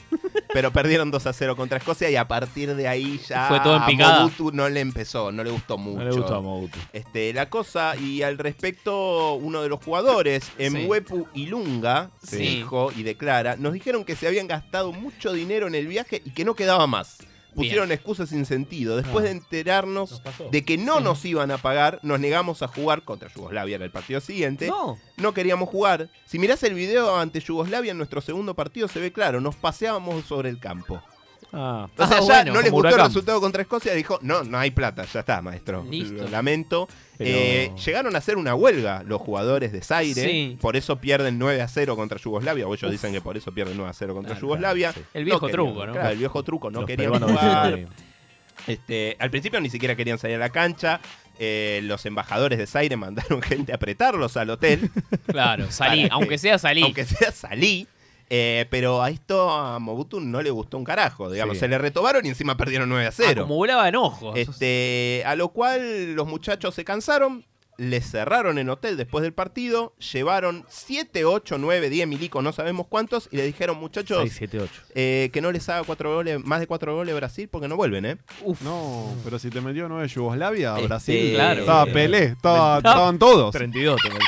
Speaker 1: pero perdieron 2 a 0 contra Escocia y a partir de ahí ya
Speaker 2: Fue todo en
Speaker 1: a
Speaker 2: picada.
Speaker 1: Mobutu no le empezó, no le gustó mucho.
Speaker 3: No le gustó a Mobutu.
Speaker 1: Este, la cosa, y al respecto, uno de los jugadores, Mwepu Ilunga,
Speaker 2: Sí.
Speaker 1: dijo y declara, nos dijeron que se habían gastado mucho dinero en el viaje y que no quedaba más. Pusieron excusas sin sentido. Después
Speaker 3: Ah.
Speaker 1: de enterarnos
Speaker 3: pasó.
Speaker 1: de que no nos iban a pagar, nos negamos a jugar contra Yugoslavia en el partido siguiente. No.
Speaker 2: No,
Speaker 1: queríamos jugar. Si mirás el video ante Yugoslavia en nuestro segundo partido, se ve claro, nos paseábamos sobre el campo.
Speaker 3: Ah,
Speaker 1: Entonces
Speaker 2: Ah,
Speaker 1: allá
Speaker 2: bueno,
Speaker 1: no les
Speaker 3: como
Speaker 1: gustó el
Speaker 3: Huracán.
Speaker 1: resultado contra Escocia, dijo, no, no hay plata, ya está, maestro.
Speaker 2: Listo.
Speaker 1: Lo lamento.
Speaker 3: Pero-
Speaker 1: Eh, llegaron a hacer una huelga los jugadores de Zaire,
Speaker 2: Sí.
Speaker 1: por eso pierden 9 a 0 contra Yugoslavia, o ellos dicen que por eso pierden 9 a 0 contra
Speaker 3: Claro,
Speaker 1: Yugoslavia.
Speaker 3: claro,
Speaker 2: el viejo
Speaker 1: querían-
Speaker 2: truco, ¿no?
Speaker 1: claro, el viejo truco, no
Speaker 3: los
Speaker 1: querían
Speaker 3: peruanos
Speaker 1: jugar.
Speaker 3: de-
Speaker 1: Este, al principio ni siquiera querían salir a la cancha. eh, los embajadores de Zaire (laughs) mandaron gente a apretarlos al hotel,
Speaker 2: Claro, salí,
Speaker 1: Para que-
Speaker 2: aunque sea salí.
Speaker 1: aunque sea salí. eh, pero a esto a Mobutu no le gustó un carajo. Digamos,
Speaker 3: Sí. Ah,
Speaker 1: se le retomaron y encima perdieron 9 a 0.
Speaker 2: Acumulaba enojos.
Speaker 1: Este, a lo cual los muchachos se cansaron, les cerraron en hotel después del partido, llevaron 7, 8, 9, 10 milicos, no sabemos cuántos, y le dijeron, muchachos,
Speaker 3: 6, 7, 8.
Speaker 1: eh, que no les haga cuatro goles, más de 4 goles Brasil porque no
Speaker 4: (laughs)
Speaker 1: vuelven, ¿eh?
Speaker 2: Uf.
Speaker 4: No, pero si te metió nueve Yugoslavia,
Speaker 1: Este,
Speaker 4: Brasil.
Speaker 2: claro.
Speaker 4: Estaba Pelé, estaba- estaban todos.
Speaker 3: 32 tengo.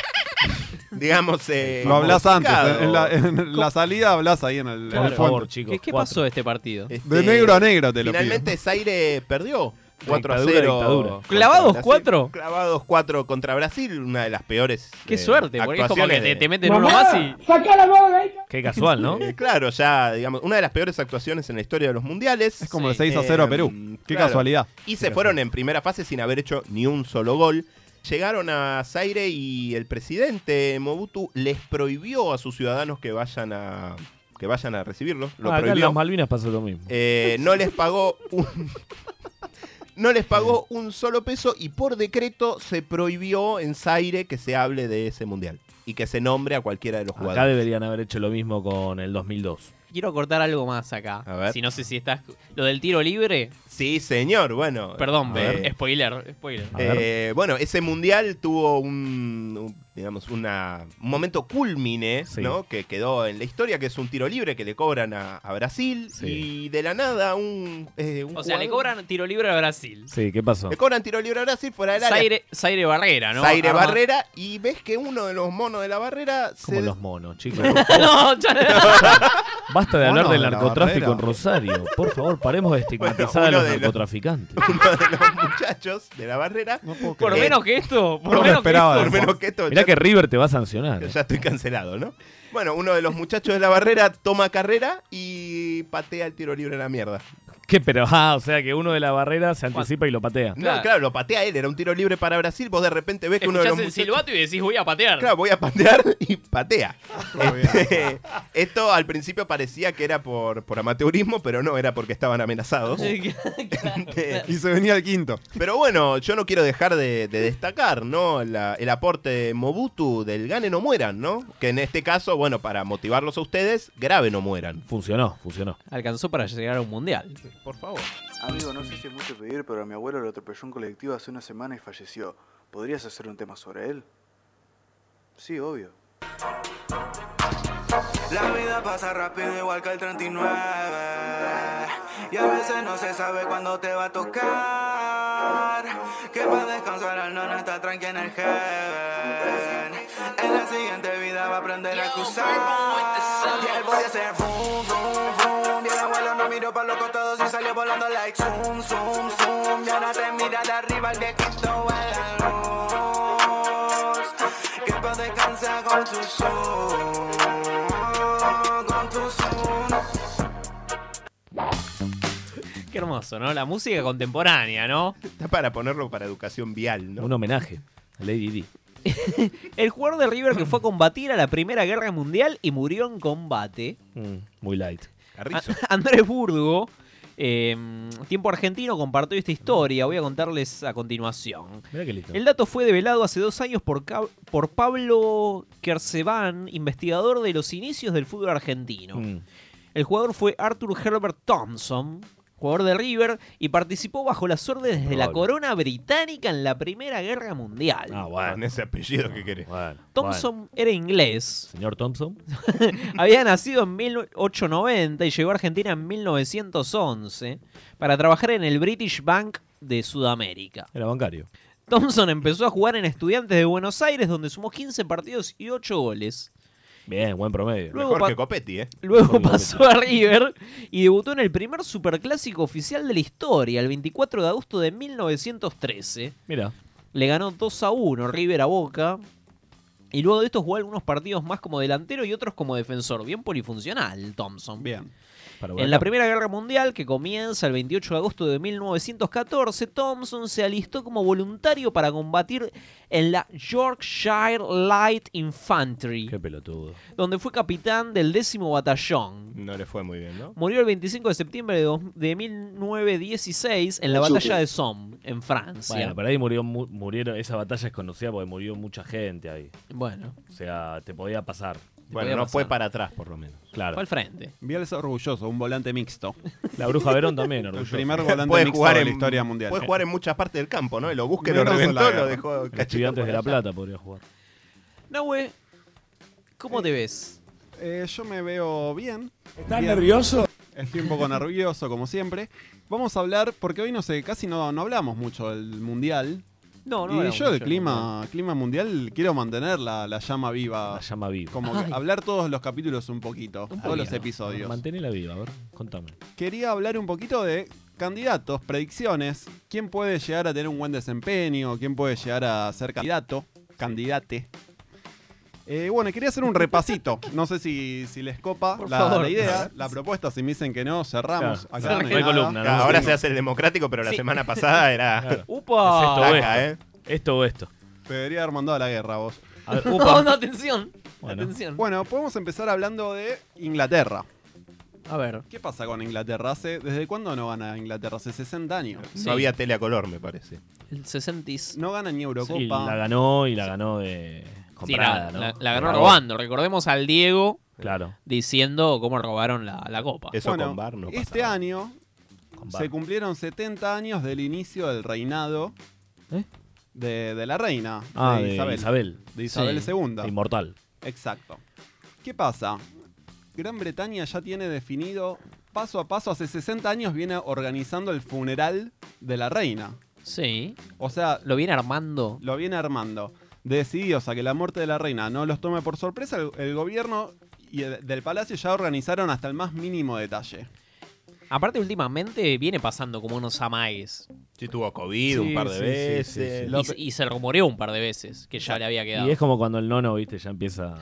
Speaker 1: Digamos, eh,
Speaker 4: Lo hablas antes.
Speaker 1: complicado.
Speaker 4: En la, en la salida hablas ahí en el, en el
Speaker 3: Por
Speaker 4: fondo.
Speaker 3: favor, chicos.
Speaker 2: ¿Qué, qué
Speaker 3: cuatro.
Speaker 2: pasó de este partido?
Speaker 1: Este,
Speaker 4: De negro a negro te lo pido.
Speaker 1: Finalmente Zaire perdió 4 a
Speaker 3: Dictadura,
Speaker 1: 0.
Speaker 3: dictadura.
Speaker 2: ¿Clavados
Speaker 1: Brasil.
Speaker 2: cuatro?
Speaker 1: Clavados 4 contra Brasil, una de las peores.
Speaker 2: Qué
Speaker 1: eh,
Speaker 2: suerte, porque es como que
Speaker 1: actuaciones
Speaker 2: te,
Speaker 1: de-
Speaker 2: te meten uno más y.
Speaker 12: ¡Sacá la bola ahí!
Speaker 3: Qué
Speaker 1: (laughs)
Speaker 3: casual, ¿no?
Speaker 1: Eh, claro, ya, digamos, una de las peores actuaciones en la historia de los mundiales. Es
Speaker 4: como el 6 a
Speaker 1: eh,
Speaker 4: 0 a Perú. Qué casualidad.
Speaker 1: Y
Speaker 4: Qué
Speaker 1: se fueron en primera fase sin haber hecho ni un solo gol. Llegaron a Zaire y el presidente Mobutu les prohibió a sus ciudadanos que vayan a que vayan a recibirlos. Lo
Speaker 3: Ah, acá en
Speaker 1: prohibió.
Speaker 3: las Malvinas pasó lo mismo.
Speaker 1: Eh, no les pagó un. (laughs) No les pagó un solo peso y por decreto se prohibió en Zaire que se hable de ese mundial y que se nombre a cualquiera de los jugadores.
Speaker 3: Acá deberían haber hecho lo mismo con el 2002.
Speaker 2: Quiero cortar algo más acá.
Speaker 1: A ver.
Speaker 2: Si no sé si estás. ¿Lo del tiro libre?
Speaker 1: Sí, señor, bueno.
Speaker 2: Perdón,
Speaker 1: A ver.
Speaker 2: eh, spoiler. spoiler.
Speaker 1: Eh, bueno, ese mundial tuvo un, un, digamos, una, un momento culmine, ¿no? Que quedó en la historia, que es un tiro libre que le cobran a, a Brasil y de la nada un, eh, un
Speaker 2: o sea, le
Speaker 1: jugador-
Speaker 2: cobran tiro libre a Brasil.
Speaker 3: Sí, ¿qué pasó?
Speaker 1: le cobran tiro libre a Brasil fuera del área.
Speaker 2: Zaire, Zaire Barrera, ¿no?
Speaker 1: Zaire
Speaker 2: Arma-
Speaker 1: Barrera y ves que uno de los monos de la barrera
Speaker 3: Como
Speaker 1: se (laughs)
Speaker 3: los monos, chicos.
Speaker 2: (laughs) No, ya
Speaker 3: Basta de hablar
Speaker 1: Monos
Speaker 3: del
Speaker 1: de la
Speaker 3: narcotráfico en
Speaker 1: barrera.
Speaker 3: Rosario. Por favor, paremos de estigmatizar
Speaker 1: (laughs) Bueno, uno
Speaker 3: a los
Speaker 1: de los-
Speaker 3: narcotraficantes.
Speaker 1: muchachos de la barrera.
Speaker 2: Por
Speaker 1: Eh,
Speaker 2: menos que esto. Por
Speaker 1: no me
Speaker 2: menos que
Speaker 1: esperaba
Speaker 2: esto.
Speaker 1: de Por menos que esto,
Speaker 3: Mirá
Speaker 1: ya-
Speaker 3: que River te va a sancionar. eh.
Speaker 1: Ya estoy cancelado, ¿no? Bueno, uno de los muchachos de la barrera toma carrera y patea el tiro libre a la mierda.
Speaker 3: ¿Qué? Pero, ah, o sea que uno de la barrera se anticipa y lo patea.
Speaker 1: No, claro. lo patea él, era un tiro libre para Brasil, vos de repente ves que uno de los
Speaker 2: Escuchás el
Speaker 1: muchachos...
Speaker 2: silbato y decís voy a patear. (laughs)
Speaker 1: Claro, voy a patear y patea. (laughs) Este, esto al principio parecía que era por, por amateurismo, pero no, era porque estaban amenazados. (laughs)
Speaker 4: Y se venía el quinto.
Speaker 1: Pero bueno, yo no quiero dejar de, de destacar, ¿no? La- el aporte de Mobutu del Gane no mueran, ¿no? Que en este caso, bueno, para motivarlos a ustedes, grave no mueran.
Speaker 3: Funcionó, funcionó.
Speaker 2: Alcanzó para llegar a un mundial.
Speaker 1: Por favor.
Speaker 5: Amigo, no sé si es mucho pedir, pero a mi abuelo lo atropelló un colectivo hace una semana y falleció. ¿Podrías hacer un tema sobre él? Sí, obvio.
Speaker 18: La vida pasa rápido igual que el 39 Y a veces no se sabe cuándo te va a tocar Que para descansar al nono está tranqui en el heaven En la siguiente vida va a aprender a cruzar este Y el boy hace vroom, vroom, vroom Y el abuelo no miró para los costados y salió volando like zoom, zoom, zoom Y ahora te mira de arriba el viejito a la luz Que para descansar con tu son Con tu son
Speaker 2: Qué hermoso, ¿no? La música contemporánea, ¿no?
Speaker 1: Está para ponerlo para educación vial, ¿no?
Speaker 3: Un homenaje a Lady Di.
Speaker 2: El jugador de River que fue a combatir a la Primera Guerra Mundial y murió en combate.
Speaker 3: Mm, muy light.
Speaker 1: Carrizo.
Speaker 2: A- (laughs) Andrés Burgo, eh, Tiempo Argentino, compartió esta historia. Voy a contarles a continuación.
Speaker 3: Mirá qué listo.
Speaker 2: El dato fue develado hace dos años por, Ca- por Pablo Kersevan, investigador de los inicios del fútbol argentino.
Speaker 3: Mm.
Speaker 2: El jugador fue Arthur Herbert Thompson, jugador de River, y participó bajo las órdenes de la
Speaker 3: Probable.
Speaker 2: corona británica en la Primera Guerra Mundial.
Speaker 3: Ah, bueno.
Speaker 1: Con ese apellido que querés.
Speaker 2: Thompson era inglés.
Speaker 3: Señor Thompson.
Speaker 2: Había nacido en 1890 y llegó a Argentina en 1911 para trabajar en el British Bank de Sudamérica.
Speaker 3: Era bancario.
Speaker 2: Thompson empezó a jugar en Estudiantes de Buenos Aires, donde sumó 15 partidos y 8 goles.
Speaker 3: Bien, buen promedio.
Speaker 2: Luego Mejor pa- que
Speaker 1: Copetti, ¿eh?
Speaker 2: Luego pasó a River y debutó en el primer superclásico oficial de la historia, el 24 de agosto de 1913.
Speaker 3: Mira.
Speaker 2: Le ganó 2 a 1 River a Boca. Y luego de esto jugó algunos partidos más como delantero y otros como defensor. Bien polifuncional, Thompson.
Speaker 4: Bien.
Speaker 2: En la Primera Guerra Mundial, que comienza el 28 de agosto de 1914, Thompson se alistó como voluntario para combatir en la Yorkshire Light Infantry,
Speaker 3: Qué pelotudo.
Speaker 2: donde fue capitán del décimo batallón.
Speaker 1: No le fue muy bien, ¿no?
Speaker 2: Murió el 25 de septiembre de, dos- de 1916 en la
Speaker 3: Chupi.
Speaker 2: batalla de Somme, en Francia.
Speaker 3: Bueno, pero ahí murió, mu- murieron, esa batalla es conocida porque murió mucha gente ahí.
Speaker 2: Bueno.
Speaker 3: O sea, te podía pasar.
Speaker 1: Bueno, no fue para atrás, por lo menos.
Speaker 3: Claro.
Speaker 2: frente.
Speaker 4: Bielsa orgulloso, un volante mixto.
Speaker 3: La Bruja Verón también orgullosa.
Speaker 4: El primer volante
Speaker 1: Puede
Speaker 4: mixto
Speaker 1: jugar
Speaker 4: de la
Speaker 1: en-
Speaker 4: historia mundial.
Speaker 1: Puede jugar en muchas partes del campo, ¿no? Y lo busque, lo
Speaker 4: Menos en la
Speaker 1: reventó, lo
Speaker 4: guerra.
Speaker 1: dejó
Speaker 3: En
Speaker 1: cachito pues
Speaker 3: Estudiantes
Speaker 1: por
Speaker 3: de la
Speaker 1: allá.
Speaker 3: Plata podría jugar.
Speaker 2: Nahue, ¿cómo te ves?
Speaker 4: Eh, yo me veo bien.
Speaker 2: ¿Estás
Speaker 4: Bien.
Speaker 2: nervioso?
Speaker 4: Estoy un poco nervioso, como siempre. Vamos a hablar, porque hoy no sé, casi no, no hablamos mucho del mundial.
Speaker 2: No, no
Speaker 4: Y
Speaker 2: hablamos
Speaker 4: yo del
Speaker 2: mucho del
Speaker 4: clima, clima mundial quiero mantener la, la llama viva. La
Speaker 3: llama viva.
Speaker 4: Ah, Como que
Speaker 3: Ay.
Speaker 4: hablar todos los capítulos un poquito, todos los
Speaker 3: Bien.
Speaker 4: episodios.
Speaker 3: Mantenela viva, a ver, contame.
Speaker 4: Quería hablar un poquito de Candidatos, predicciones, quién puede llegar a tener un buen desempeño, quién puede llegar a ser candidato, candidate. Eh, bueno, quería hacer un repasito. No sé si, si les copa
Speaker 1: Por
Speaker 4: la,
Speaker 1: favor.
Speaker 4: la idea, la propuesta. Si me dicen que no, cerramos.
Speaker 1: Claro.
Speaker 4: Acá no hay
Speaker 1: No hay
Speaker 4: nada.
Speaker 1: columna, ¿no? Claro, ahora se hace el democrático, pero la semana pasada era- (laughs) Claro.
Speaker 2: ¡Upa!
Speaker 1: Es esto eh? o esto.
Speaker 2: (laughs)
Speaker 3: Esto o esto.
Speaker 4: Te debería haber mandado a la guerra vos. (laughs)
Speaker 3: A ver,
Speaker 2: upa. No, no, atención.
Speaker 4: Bueno.
Speaker 2: Atención.
Speaker 4: Bueno, podemos empezar hablando de Inglaterra.
Speaker 2: A ver.
Speaker 4: ¿Qué pasa con Inglaterra? Hace- ¿Desde cuándo no gana Inglaterra? Hace 60 años.
Speaker 1: No había tele a color, me parece.
Speaker 2: El 60
Speaker 4: No gana ni Eurocopa.
Speaker 3: Sí, la ganó y la ganó de comprada,
Speaker 2: Sí,
Speaker 3: ¿no?
Speaker 2: la, la- la ganó robando. Recordemos al Diego
Speaker 3: Claro.
Speaker 2: diciendo cómo robaron la, la copa.
Speaker 4: Bueno, Este año
Speaker 2: Bar.
Speaker 4: se cumplieron 70 años del inicio del reinado de, de la reina.
Speaker 3: ¿Eh? Ah, de Isabel.
Speaker 4: De Isabel
Speaker 3: Sí.
Speaker 4: II.
Speaker 3: Inmortal.
Speaker 4: Exacto. ¿Qué pasa? Gran Bretaña ya tiene definido, paso a paso, hace 60 años viene organizando el funeral de la reina.
Speaker 2: Sí.
Speaker 4: O sea...
Speaker 2: Lo viene armando.
Speaker 4: Lo viene armando. Decididos a que la muerte de la reina no los tome por sorpresa, el, el gobierno y el- del palacio ya organizaron hasta el más mínimo detalle.
Speaker 2: Aparte, últimamente viene pasando como unos amagues.
Speaker 1: Sí, tuvo COVID un par de veces.
Speaker 2: Y-
Speaker 1: Lo-
Speaker 2: Y, se rumoreó un par de veces que ya le había quedado.
Speaker 3: Y es como cuando el nono, viste, ya empieza.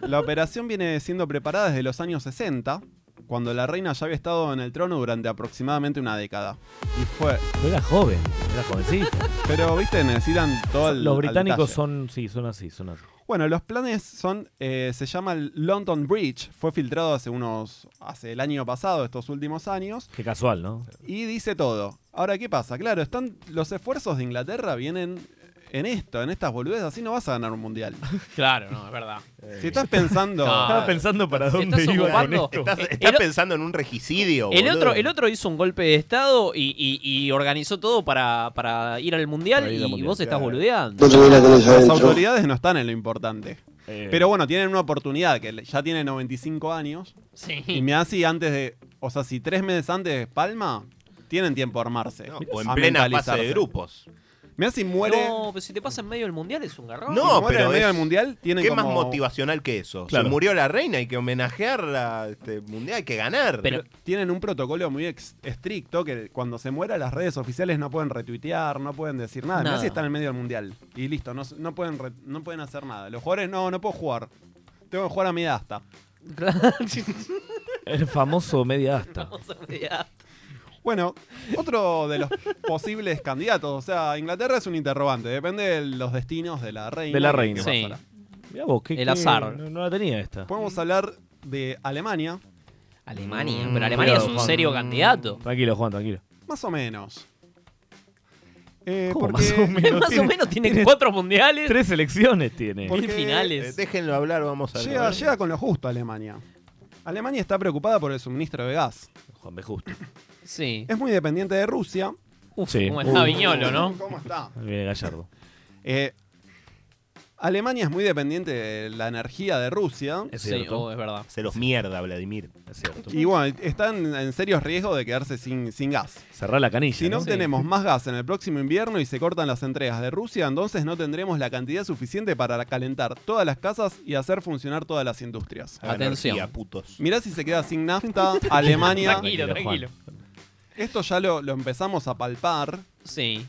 Speaker 4: La operación viene siendo preparada desde los años 60, cuando la reina ya había estado en el trono durante aproximadamente una década. Y fue.
Speaker 3: era joven, era jovencita.
Speaker 4: Pero, viste, necesitan todo el.
Speaker 3: Los
Speaker 4: al
Speaker 3: británicos
Speaker 4: detalle.
Speaker 3: son, sí, son así, son así.
Speaker 4: Bueno, los planes son. eh, se llama el London Bridge. Fue filtrado hace unos. hace el año pasado, estos últimos años.
Speaker 3: Qué casual, ¿no?
Speaker 4: Y dice todo. Ahora, ¿qué pasa? Claro, están. Los esfuerzos de Inglaterra vienen. En esto, en estas boludeces, así no vas a ganar un mundial.
Speaker 2: Claro, no, es
Speaker 4: (laughs)
Speaker 2: verdad.
Speaker 4: Si estás pensando.
Speaker 2: Claro. Si estás ocupando-
Speaker 1: Estás,
Speaker 2: Eh,
Speaker 1: estás
Speaker 2: el o-
Speaker 1: pensando en un
Speaker 4: Oh,
Speaker 1: regicidio.
Speaker 2: El
Speaker 1: boludo.
Speaker 2: otro, el otro hizo un golpe de estado y, y- y organizó todo para, para ir al mundial
Speaker 4: Para ir
Speaker 2: y
Speaker 4: al mundial,
Speaker 2: vos estás
Speaker 4: claro.
Speaker 2: boludeando.
Speaker 4: Las autoridades no están en lo importante.
Speaker 3: Eh.
Speaker 4: Pero bueno, tienen una oportunidad que le- ya tiene 95 años.
Speaker 2: Sí.
Speaker 4: Y me hace antes de. O sea, si tres meses antes de Palma, tienen tiempo a armarse.
Speaker 1: o en
Speaker 4: a
Speaker 1: plena fase de
Speaker 4: mentalizarse.
Speaker 1: grupos.
Speaker 4: Me hace muere.
Speaker 2: No, pero si te pasa en medio del mundial es un garrón.
Speaker 1: No,
Speaker 4: muere
Speaker 1: pero
Speaker 4: en medio
Speaker 1: es-
Speaker 4: del mundial, tienen
Speaker 1: ¿Qué
Speaker 4: como-
Speaker 1: más motivacional que eso?
Speaker 4: Claro.
Speaker 1: Se murió la reina, hay que homenajearla. Este mundial hay que ganar. Eh,
Speaker 4: Pero tienen un protocolo muy ex- estricto que cuando se muera las redes oficiales no pueden retuitear, no pueden decir nada. Me
Speaker 1: Nada.
Speaker 4: hace están en el medio del mundial. Y listo, no, s- no pueden, re- no pueden hacer nada. Los jugadores, no, no puedo jugar. Tengo que jugar a mi edad hasta.
Speaker 3: El famoso media asta.
Speaker 4: Bueno, otro de los posibles candidatos. O sea, Inglaterra es un interrogante. Depende de los destinos de la reina.
Speaker 3: De la
Speaker 4: y
Speaker 3: reina.
Speaker 4: qué pasará.
Speaker 3: Mirá vos, qué-
Speaker 4: El
Speaker 3: qué-
Speaker 4: azar.
Speaker 3: No, no la tenía esta.
Speaker 4: Podemos hablar de Alemania.
Speaker 2: (laughs) Alemania, pero Alemania es un serio candidato.
Speaker 3: Tranquilo, Juan, tranquilo.
Speaker 4: Más o menos. Eh,
Speaker 3: ¿Cómo
Speaker 4: porque-
Speaker 3: más o
Speaker 4: (laughs)
Speaker 3: menos?
Speaker 2: Más o menos tiene cuatro mundiales.
Speaker 3: Tres elecciones tiene.
Speaker 4: Porque-
Speaker 1: Eh, Déjenlo hablar, vamos a
Speaker 4: Llega,
Speaker 1: ver.
Speaker 4: llega con lo justo a Alemania. Alemania está preocupada por el suministro de gas.
Speaker 3: Juan B. Justo.
Speaker 2: Sí.
Speaker 4: Es muy dependiente de Rusia.
Speaker 2: Uf,
Speaker 3: Sí.
Speaker 2: como está Viñolo, ¿no?
Speaker 4: ¿Cómo está?
Speaker 3: Viene Gallardo.
Speaker 4: Eh, Alemania es muy dependiente de la energía de Rusia.
Speaker 2: oh, verdad.
Speaker 1: Se los mierda, Vladimir.
Speaker 3: Es cierto.
Speaker 4: Y bueno, están en serios riesgos de quedarse sin, sin gas.
Speaker 3: Cerrar la canilla.
Speaker 4: Si no
Speaker 3: ¿no?
Speaker 4: obtenemos más gas en el próximo invierno y se cortan las entregas de Rusia, entonces no tendremos la cantidad suficiente para calentar todas las casas y hacer funcionar todas las industrias.
Speaker 1: Hagan Atención. orgía, putos.
Speaker 4: Mirá si se queda sin nafta, Alemania.
Speaker 2: Tranquilo, tranquilo.
Speaker 4: Esto ya lo, lo empezamos a palpar.
Speaker 2: Sí.